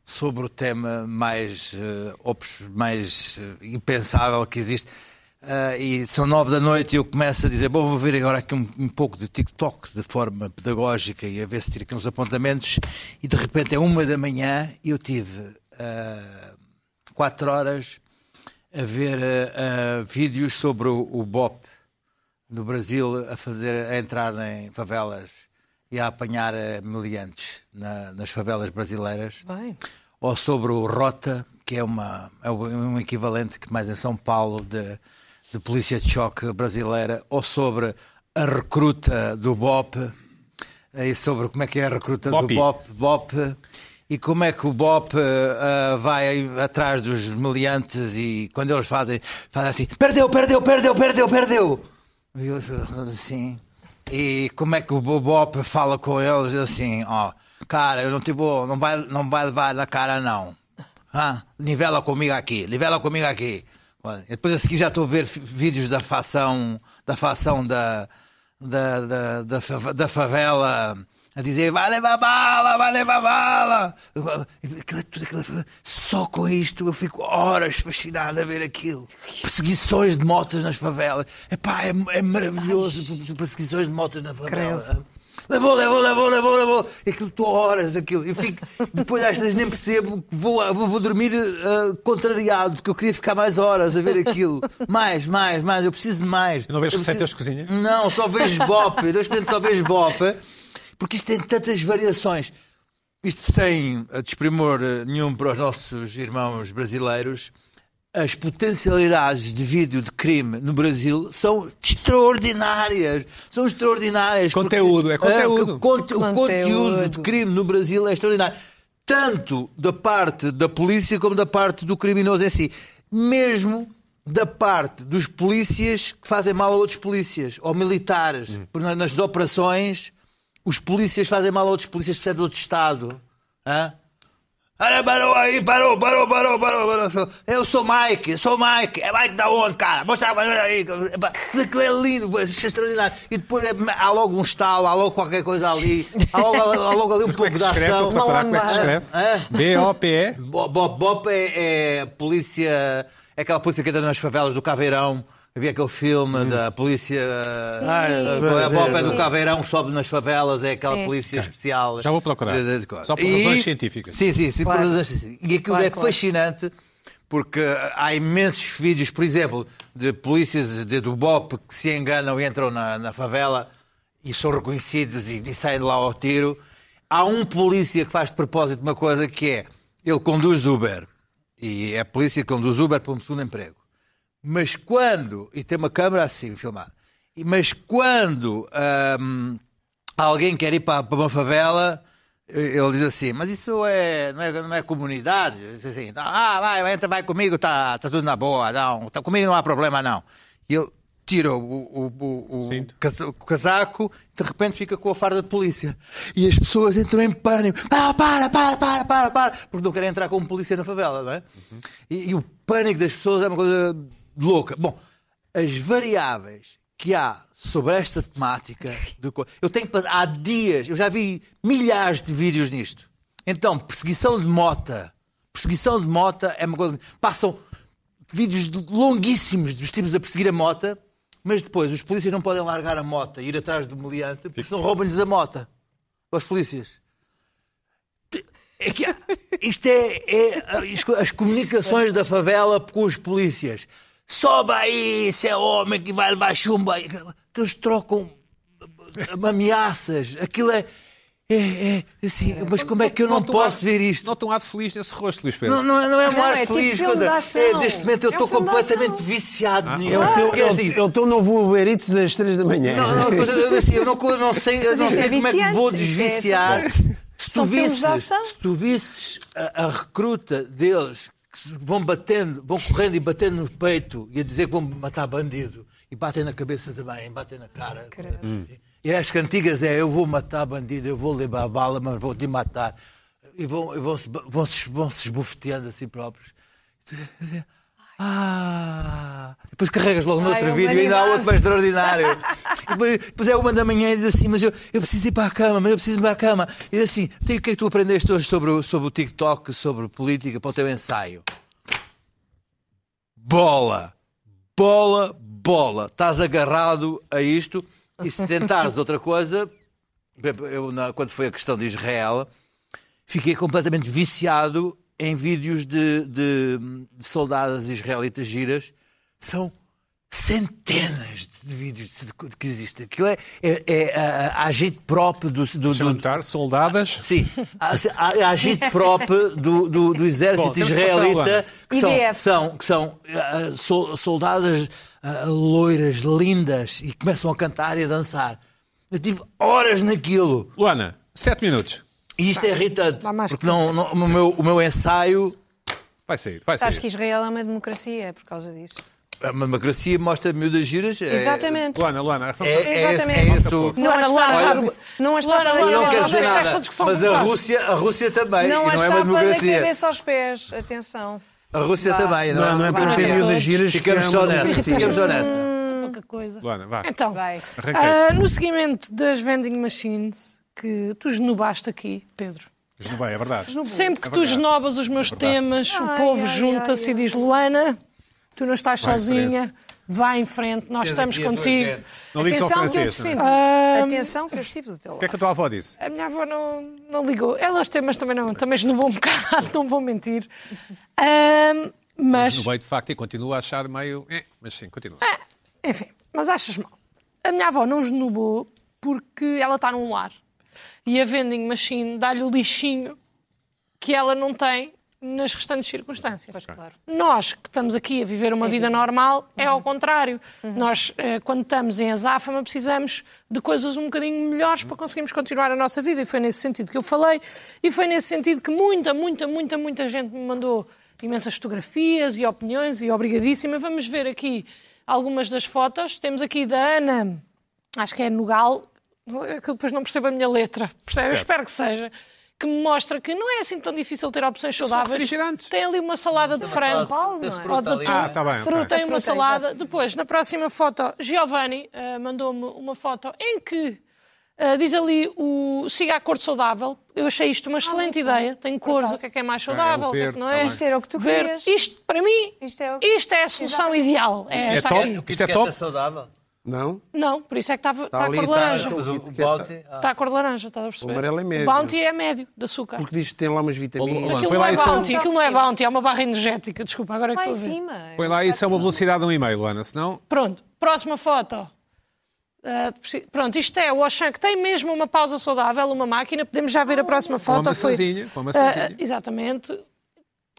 E: sobre o tema mais, eh, obs- mais eh, impensável que existe. Ah, e são nove da noite e eu começo a dizer: Bom, vou ver agora aqui um, um pouco de TikTok de forma pedagógica e a ver se tiro aqui uns apontamentos. E de repente é uma da manhã e eu tive ah, quatro horas a ver ah, ah, vídeos sobre o, o BOP no Brasil a fazer a entrar em favelas e a apanhar eh, meliantes na- nas favelas brasileiras
D: Bem.
E: ou sobre o Rota, que é, uma, é um equivalente que mais em São Paulo de, de polícia de choque brasileira, ou sobre a recruta do BOP, e sobre como é que é a recruta
A: Bopi.
E: do BOP, BOP, e como é que o BOP ah, vai atrás dos meliantes e quando eles fazem, fazem assim, perdeu, perdeu, perdeu, perdeu, perdeu. E eles assim... E como é que o Bobop fala com eles assim, ó, cara, eu não te vou, não vai, não vai levar na cara não. Ah, nivela comigo aqui, nivela comigo aqui. Olha, e Depois a seguir já estou a ver fi- vídeos da fação, da fação da, da, da, da, fa- da favela a dizer vai levar bala, vai levar bala. Aquilo, tudo aquilo, só com isto eu fico horas fascinado a ver aquilo. Perseguições de motas nas favelas. Epá, é, é maravilhoso. Perseguições de motas na favela. Levou, levou, levou, levou, levou. E Aquilo, estou horas aquilo. Eu fico, depois às vezes nem percebo que vou, vou, vou dormir ah, contrariado, porque eu queria ficar mais horas a ver aquilo. Mais, mais, mais. Eu preciso de mais.
A: E não vês
E: Eu preciso-
A: receitas de cozinha?
E: não, só vejo bope. De repente só vejo bope. Porque isto tem tantas variações. Isto sem eh, desprimor eh, nenhum para os nossos irmãos brasileiros, as potencialidades de vídeo de crime no Brasil são extraordinárias. São extraordinárias. porque-
A: Conteúdo, é
E: Eh,
A: conteúdo.
E: conte- o conteúdo de
C: Conteúdo.
E: crime no Brasil é extraordinário. Tanto da parte da polícia como da parte do criminoso em si. Mesmo da parte dos polícias que fazem mal a outros polícias ou militares. Porque na- nas operações, os polícias fazem mal a outros polícias que de outro Estado. Hã? Olha, parou aí, parou, parou, parou, parou, parou. Eu sou Mike, sou Mike. É Mike da onde, cara? Mostra a bandeira aí. Epá, Aquilo é lindo, pô, isso é extraordinário. E depois é- há logo um estalo, há logo qualquer coisa ali. Há logo, há logo ali
A: Como
E: um
A: é
E: pouco
A: que
E: de
A: se escreve?
E: ação.
A: Vou procurar como é que se
C: Uma
A: escreve.
E: Ah.
A: B-O-P-E.
E: Bo- Bop, Bop é, é polícia. É aquela polícia que entra nas favelas do Caveirão. Havia aquele filme da polícia.
B: Ah, é,
E: eh, qual é a
B: mas é,
E: Bop é do
B: sim.
E: Caveirão que sobe nas favelas, é aquela
C: Sim.
E: polícia especial.
A: Já vou procurar.
E: De- de- de-
A: Só por
E: E-
A: razões científicas.
E: Sim, sim, sim por
C: Claro.
E: razões científicas. E aquilo
C: Claro,
E: é
C: claro.
E: fascinante porque eh, há imensos vídeos, por exemplo, de polícias de, do BOP que se enganam e entram na, na favela e são reconhecidos e, e saem de lá ao tiro. Há um polícia que faz de propósito uma coisa que é, ele conduz Uber. E é a polícia que conduz Uber para um segundo emprego. Mas quando, e tem uma câmera assim filmada, E- mas quando ahm, alguém quer ir para, para uma favela, e- ele diz assim, mas isso é, não, é, não é comunidade? Ele diz assim, tá ah, vai, vai, entra, vai comigo, está tá tudo na boa, não, tá, comigo não há problema não. E ele tira o, o- o- o
F: Cinto.
E: casa- o casaco de repente fica com a farda de polícia. E as pessoas entram em pânico. Ah, para, para, para, para, para. Porque não querem entrar como polícia na favela, não é? E, e o pânico das pessoas é uma coisa louca. Bom, as variáveis que há sobre esta temática de co- eu tenho que passar- há dias, eu já vi milhares de vídeos nisto. Então, perseguição de mota. Perseguição de mota é uma coisa. Passam vídeos de- longuíssimos dos tipos a perseguir a mota, mas depois os polícias não podem largar a mota e ir atrás do meliante, porque senão roubam-lhes a mota. Aos polícias. Te- É que, há- isto é, é as co- as comunicações da favela com os polícias. Sobe aí, isso é homem que vai levar chumba. Que eles trocam ameaças. Aquilo é. é- é, assim, mas como é que eu não
A: Nota um ar-
E: posso ver isto?
A: Nota um ato feliz nesse rosto, Luís Pedro.
E: Não, não, é- não é um
C: Não,
E: ar
C: é tipo
E: feliz.
C: filme
E: coisa.
C: de ação.
E: É, neste momento eu
C: É um
E: estou
C: filme de
E: completamente
C: ação.
E: viciado nisso.
B: É o teu,
E: Quer
B: é o-
D: assim.
E: dizer,
B: é o teu novo Uber Eats das 3 da manhã.
E: não, não, coisa- eu, assim, eu não, co- eu não sei, eu
C: Mas
E: não
C: isto é
E: sei como é que vou
C: viciante, isto é-
E: desviciar. Se tu,
C: São filmes de
E: visses,
C: ação.
E: se tu visses a, a recruta deles que se vão batendo, vão correndo e batendo no peito e a dizer que vão matar bandido e batem na cabeça também, batem na cara. Hum. E as cantigas é eu vou matar bandido, eu vou levar a bala, mas vou te matar. E vão, e vão, se, vão, se, vão se esbofeteando a si próprios. assim, Ah! Depois carregas logo no
C: Ai, é
E: outro
C: a
E: vídeo e ainda há
C: humanidade.
E: outro mais extraordinário. E depois, depois é uma da manhã e diz assim: Mas eu, eu preciso ir para a cama, mas eu preciso ir para a cama. E diz assim: "Tem- O que é que tu aprendeste hoje sobre, o- sobre o TikTok, sobre política, para o teu ensaio? Bola! Bola, bola! Estás agarrado a isto e se tentares outra coisa. por exemplo, Eu, na- quando foi a questão de Israel, fiquei completamente viciado em vídeos de, de, de soldadas israelitas giras. São centenas de vídeos de- de- que existem. Aquilo é, é, é a, a agite próprio do, do,
F: Deixa-me
E: do,
F: notar, soldadas.
E: Sim, a, a, a agite própria do, do, do exército
F: Bom, temos que passar o ano.
E: israelita, que são,
C: IDF.
E: são- que são ah, sol- soldadas ah, loiras, lindas, e começam a cantar e a dançar. Eu tive horas naquilo.
F: Luana, sete minutos.
E: E isto é irritante,
D: Dá mais
E: porque não, não- o, meu, o meu ensaio,
F: Vai sair, vai
C: Sabes
F: sair.
C: que Israel é uma democracia, é por causa disso.
E: a é democracia mostra miúdas giras. é-
C: Exatamente.
F: Luana, Luana,
E: É, é, esse-
C: Exatamente.
E: é esse o-
C: Não
D: Olha,
C: as tapa,
E: olha,
C: não as
D: Lara,
C: tapa da
D: Lara,
E: Eu não
D: Ela já
E: quero dizer
C: cabeça.
D: deixa
E: nada,
D: esta discussão
E: mas a
D: começar.
E: Rússia, a Rússia também,
C: Não
E: e
C: as
E: não é uma
C: tapa da
E: democracia.
C: cabeça aos pés. Atenção.
E: A Rússia
C: Vá.
E: também, não,
B: Não, não é
E: uma
B: porque tem
E: democracia.
B: miúdas giras que
E: Ficamos
B: é
E: só
B: uma
E: nessa,
B: democracia.
E: ficamos só nessa.
D: Hum, Pouca coisa.
F: Luana, vá.
D: Então,
C: Vai.
D: ah, no seguimento das vending machines, que tu esnobaste aqui, Pedro.
F: Não vai, é verdade. É
D: Sempre que tu esnobas os meus temas, o
C: Ai,
D: povo
C: ai,
D: junta-se
C: ai,
D: e diz: Luana, tu não estás
F: Vai em
D: sozinha, vai em frente, nós
E: Tens
D: estamos
F: é
E: aqui a tua
D: contigo.
E: gente.
F: Não digo só
C: Atenção que eu
F: francês. não é?
C: defendo. Atenção que eu estive do teu
F: O que é
C: lado.
F: que a tua avó disse?
D: A minha avó não, não ligou. Ela os temas também não, também esnobou um bocado, não vou mentir. Ah, mas
A: No meio, de facto, e continuo a achar meio... eh, mas sim, continua.
C: Ah,
D: Enfim, mas achas mal. A minha avó não esnubou porque ela está num lar. E a vending machine dá-lhe o lixinho que ela não tem nas restantes circunstâncias.
C: Pois claro.
D: Nós que estamos aqui a viver uma vida normal, é ao contrário. Nós, eh, quando estamos em azáfama, precisamos de coisas um bocadinho melhores para conseguirmos continuar a nossa vida. E foi nesse sentido que eu falei. E foi nesse sentido que muita, muita, muita, muita gente me mandou imensas fotografias e opiniões. E obrigadíssima. Vamos ver aqui algumas das fotos. Temos aqui da Ana, acho que é Nogal, é que eu depois não percebo a minha letra. Percebe? Eu Espero que seja. Que me mostra que não é assim tão difícil ter opções saudáveis.
A: refrigerantes.
D: Tem ali uma salada de frango.
C: Paulo, não é?
E: Fruta
D: Pode-
E: ali, não é?
A: Ah, está bem. ok.
D: Fruta e uma
C: Fruta,
D: salada. Depois, na próxima foto, Giovanni eh, mandou-me uma foto em que eh, diz ali o siga a cor saudável. Eu achei isto
C: Ah,
D: uma excelente ideia. Tem cores, o que é que é mais saudável, o que é que
A: verde,
D: não
A: tá
D: é.
A: bem.
C: Isto era o que tu
D: Verde.
C: querias.
D: Isto, para mim,
C: Isto é o-
D: isto é a solução
C: Exatamente.
D: ideal. É,
A: É
D: esta
A: top?
D: aqui.
A: Isto é top?
E: saudável. Tá,
B: Não?
D: Não, por isso é que está,
A: Tá
D: está a
B: ali,
D: cor de
B: está-
D: laranja.
E: Mas o- o
B: Kit Kat.
E: bounty- ah.
D: Está a cor de laranja, estás a perceber?
B: O amarelo é médio.
D: O bounty é médio de açúcar.
B: Porque diz que tem lá
A: Olá,
B: umas
A: olá.
B: vitaminas.
D: Aquilo
A: Põe
D: não
A: lá
D: é
A: isso.
D: bounty, aquilo não é bounty, é uma barra energética. Desculpa, agora é que
C: Lá
D: estou
C: em
D: a ver.
C: cima.
A: Põe lá isso a uma velocidade de um e-mail, Luana, senão...
D: Pronto, próxima foto. Ah, preci- pronto, isto é o Auchan que tem mesmo uma pausa saudável, uma máquina. Podemos já ver a próxima foto. foi-
A: maçãzinha, com uma maçãzinha.
D: Ah, exatamente.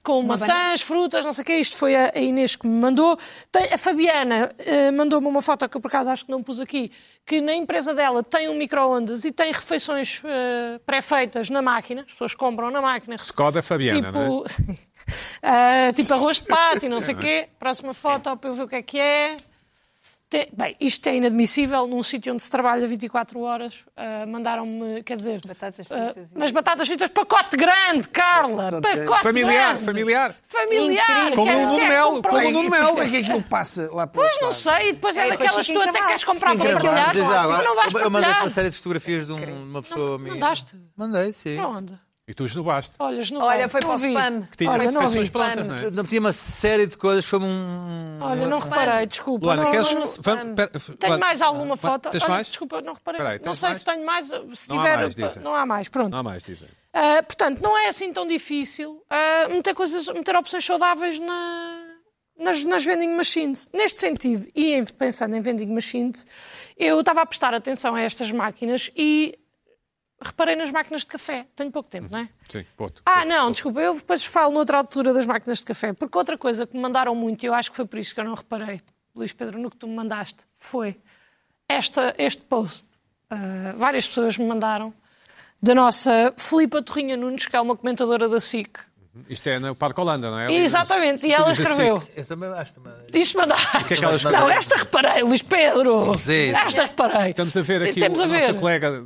D: Com maçãs, frutas, não sei o quê. Isto foi a a Inês que me mandou. Tem- a Fabiana ah, mandou-me uma foto que eu por acaso acho que não pus aqui, que na empresa dela tem um micro-ondas e tem refeições ah, pré-feitas na máquina. As pessoas compram na máquina,
A: Coda Fabiana,
D: tipo,
A: não é?
D: Sim. Ah, tipo arroz de pato e não sei o quê. Próxima foto para eu ver o que é que é. Te- Bem, isto é inadmissível num sítio onde se trabalha 24 horas. ah, Mandaram-me, quer dizer.
G: Batatas
D: ah,
G: fritas e-
D: mas batatas fritas, pacote grande, Carla! Pacote
A: Familiar,
D: grande.
A: familiar.
D: Familiar!
A: Como
D: quer-
A: o Nuno
D: quer
A: Melo,
D: comprar-
A: como o
B: E
A: Nuno
B: depois
A: Melo.
B: Como é que aquilo passa lá para o
D: Pois
B: outro
D: não
B: lado?
D: sei, depois é
G: É, depois
D: daquelas que
G: fica
D: tu até
G: encravado.
D: queres comprar para
G: Encravado.
D: partilhar,
E: Diz já
D: mas
E: agora,
D: não vais
E: eu mandei
D: partilhar.
E: uma série de fotografias de um- uma pessoa minha.
D: Mandaste?
E: Mandei, sim.
D: Para onde?
F: E tu esnobaste.
D: Olha, não
G: Olha, foi para o spam.
F: Que tinhas
D: Olha,
F: as
D: não
F: pessoas
D: vi.
F: prontas, não é?
E: Não tinha uma série de coisas, foi um.
D: Olha, não reparei, desculpa.
F: Luana,
D: não,
F: queres.
D: não- não-
F: vamos- pera-
D: Tenho
F: Luana,
D: mais alguma foto?
F: Tens
D: Olha,
F: mais?
D: Desculpa, não reparei.
F: Espera aí,
D: não
F: tens
D: sei
F: mais?
D: se tenho mais. Se
F: Não há
D: tiver,
F: mais, dizem.
D: não há mais. Pronto.
F: Não há mais, dizem.
D: Ah, portanto, não é assim tão difícil ah, meter, coisas, meter opções saudáveis na- nas, nas vending machines. Neste sentido, e em- pensando em vending machines, eu estava a prestar atenção a estas máquinas e reparei nas máquinas de café. Tenho pouco tempo, não é?
F: Sim, ponto.
D: Ah, não, desculpa, eu depois falo noutra altura das máquinas de café, porque outra coisa que me mandaram muito, e eu acho que foi por isso que eu não reparei, Luís Pedro, no que tu me mandaste, foi esta, este post. Ah, várias pessoas me mandaram da nossa Filipa Torrinha Nunes, que é uma comentadora da SIC.
F: Isto é no Parque Holanda, não é? Ali nos
D: Exatamente, e ela
F: estúdios da SIC.
D: escreveu.
E: Eu também acho. também-
D: Isto mandaram.
F: que é que ela escreveu?
D: Não, esta reparei, Luís Pedro.
E: Sim.
D: Esta reparei.
F: Estamos a ver aqui
D: Temos
F: o-
D: a
F: a nossa
D: ver.
F: colega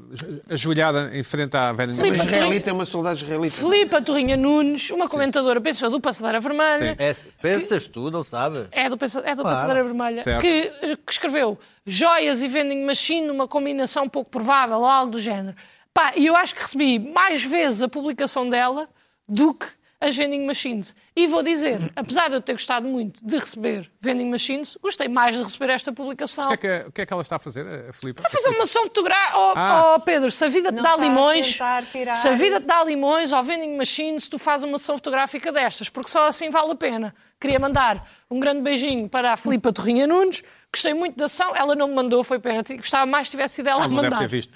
F: ajoelhada em frente à vending
B: Uma
F: machine.
D: Filipe-
B: israelita é uma soldada israelita.
D: Filipa Torrinha Nunes, uma comentadora, pensadora do Passadeira Vermelha,
F: Sim.
E: É, pensas tu, não sabes?
D: É do, pensa- é do Passadeira Vermelha.
F: Certo.
D: Que, eh, que escreveu joias e vending machine numa combinação pouco provável, ou algo do género. Pá, e eu acho que recebi mais vezes a publicação dela do que as vending machines. E vou dizer, apesar de eu ter gostado muito de receber vending machines, gostei mais de receber esta publicação.
F: O que, é que, o que é que ela está a fazer, a Filipe?
D: Fazer é uma ação fotográfica. Oh,
F: Ah.
D: oh, Pedro, se a vida te
G: Não
D: dá
G: está a
D: limões.
G: tentar tirar.
D: Se a vida te dá limões ao vending machine, se tu fazes uma ação fotográfica destas, porque só assim vale a pena. Queria mandar um grande beijinho para a Filipa Torrinha Nunes. Gostei muito da ação. Ela não me mandou, foi pena. Gostava mais se tivesse sido ela a
F: Ela não Ah, deve
D: mandar.
F: ter visto.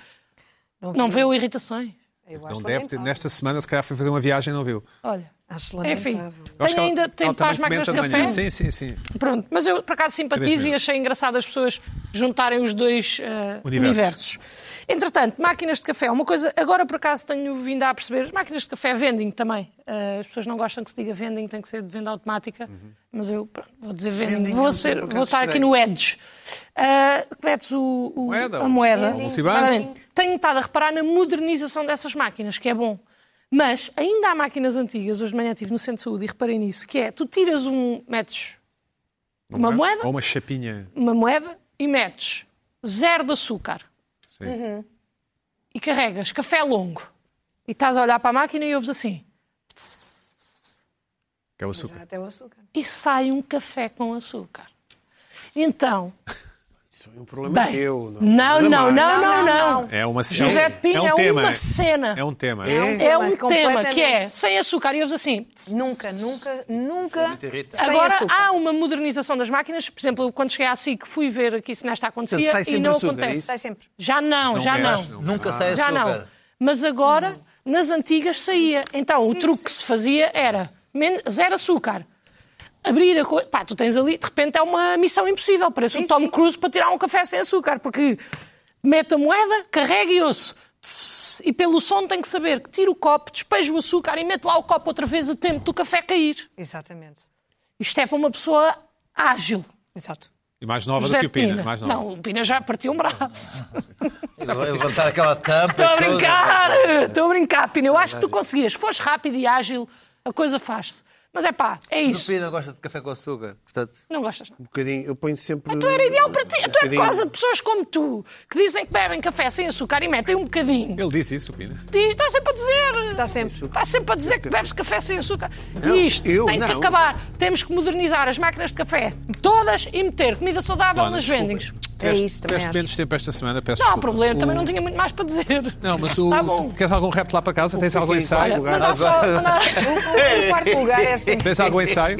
D: Não viu irritações.
G: Eu acho
F: Não deve ter.
G: lamentável.
F: Nesta semana, se calhar, foi fazer uma viagem e não viu.
D: Olha.
G: Acho
D: Enfim,
G: lamentável.
F: Eu acho que
D: tenho
F: ela-
D: ainda
F: ela
D: tempo para as
F: também
D: máquinas de
F: comenta
D: café.
F: manhã. Sim, sim, sim.
D: Pronto, mas eu por
F: Três
D: acaso simpatizo e
F: minutos.
D: achei engraçado as pessoas juntarem os dois eh,
F: Universos.
D: universos. Entretanto, máquinas de café, uma coisa, agora por acaso tenho vindo a perceber, as máquinas de café vendem também. Eh, as pessoas não gostam que se diga vending, tem que ser de venda automática, mas eu pronto, vou dizer vending.
B: Vending é
D: Vou,
B: um
D: ser,
B: termo um
D: vou estar
B: bocado
D: aqui no Edge. Eh, que metes o, o-
F: Moeda,
D: a moeda.
F: o multibanco.
D: Exatamente. Tenho estado a reparar na modernização dessas máquinas, que é bom. Mas ainda há máquinas antigas, hoje de manhã estive no centro de saúde e reparei nisso, que é, tu tiras um, metes Uma moeda?
F: Ou uma chapinha.
D: uma moeda e metes zero de açúcar Uhum.
F: Sim.
D: e carregas café longo e estás a olhar para a máquina e ouves assim
F: Que é o açúcar.
G: Até o açúcar.
D: e sai um café com açúcar. Então,
B: É um problema
D: bem,
B: teu.
D: não, não, não, não, não,
F: É uma
D: José de Pinho
F: é
D: é,
F: um tema.
D: uma cena.
F: É um tema.
B: É?
D: É um tema
G: completamente.
D: que é sem açúcar e ouves assim.
G: Nunca, nunca, nunca. Sem
D: Agora
G: açúcar.
D: há uma modernização das máquinas. Por exemplo, eu quando cheguei à SIC fui ver aqui se nesta acontecia
B: Portanto, sai
D: e não
B: sempre açúcar, é
D: acontece.
B: isso?
G: Sai sempre.
D: Já não, já
F: merece,
D: não.
E: Nunca sai
D: Ah.
F: É
D: Já não.
E: açúcar.
D: Mas agora, nas antigas, saía. Então, o truque que se fazia era men- zero açúcar. Abrir a coisa. Pá, tu tens ali, de repente é uma missão impossível. Parece o Tom Cruise para tirar um café sem açúcar, porque mete a moeda, carrega e osso. E pelo som tem que saber que tira o copo, despeja o açúcar e mete lá o copo outra vez a tempo do café cair.
G: Exatamente.
D: Isto é para uma pessoa ágil.
G: Exato.
F: E mais nova
D: José
F: do que o Pina.
D: Pina.
F: Mais nova.
D: Não, o Pina já partiu um braço.
E: Levantar aquela tampa.
D: Estou a
E: toda.
D: brincar! Estou a brincar, Pina. Eu acho que tu conseguias. Se fores rápido e ágil, a coisa faz-se. Mas é pá, é
E: O
D: isso.
E: Pina gosta de café com açúcar. Portanto,
D: Não gostas, não.
B: Um bocadinho, eu ponho sempre. um
D: Então era ideal para ti. Tu é por
B: bocadinho.
D: causa de pessoas como tu, que dizem que bebem café sem açúcar e metem um bocadinho.
F: Ele disse isso, o Pina.
D: Diz, Está sempre a dizer.
G: Está sempre.
D: Está sempre a dizer que bebes café sem açúcar. e isto
B: eu
D: tem que
B: não.
D: acabar. Temos que modernizar as máquinas de café todas e meter comida saudável
F: Luana,
D: nas
F: desculpa.
D: vendings.
G: É
F: Tiveste-
G: isso também.
F: Tiveste
G: acho.
F: menos tempo esta semana, peço
D: Não há
F: desculpa.
D: problema, também
F: O-
D: não tinha muito mais para dizer.
F: Não, mas o...
D: Tá bom. é
F: Queres algum rap lá para casa? Tens algum
B: Fiquei um em quarto
F: ensaio?
B: lugar.
D: Mandar só. mandar-
G: O quarto lugar é sempre.
F: Tens algum ensaio?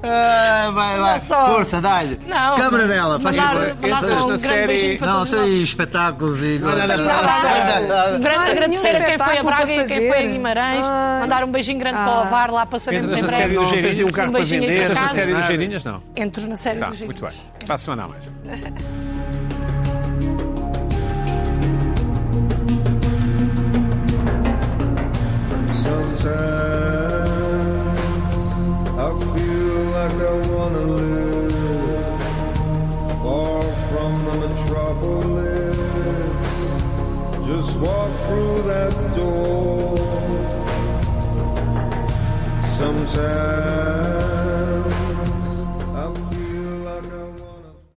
E: Ah, vai, vai.
D: só.
E: Força, dá-lhe.
D: Não.
E: Câmara dela, faz
D: Mandar-
E: favor.
D: mandar só
F: Entras
D: um
F: na
D: grande
F: série-
D: beijinho para
E: Não, tá
D: todos nós.
E: tem espetáculos e.
B: não, não,
D: Um grande
G: Não há
D: agradecer a
G: nenhum
D: quem foi a
G: espetáculo
D: Braga
G: para
D: e quem foi a
G: fazer. Ah.
D: Guimarães. Mandar um beijinho grande para o Ovar, lá passaremos
F: Entras
D: em
F: na série do
D: breve.
B: Não, tens aí um
F: Geirinhas?
B: carro para
D: beijinho aqui
B: vender.
D: em
F: Entras na
D: Casa.
F: série do Geirinhas? Não.
D: Entro na série
F: Tá,
D: do Giro.
F: muito bem. Para a semana há mais.
H: Sometimes I feel like I wanna live Just walk through that door. Sometimes.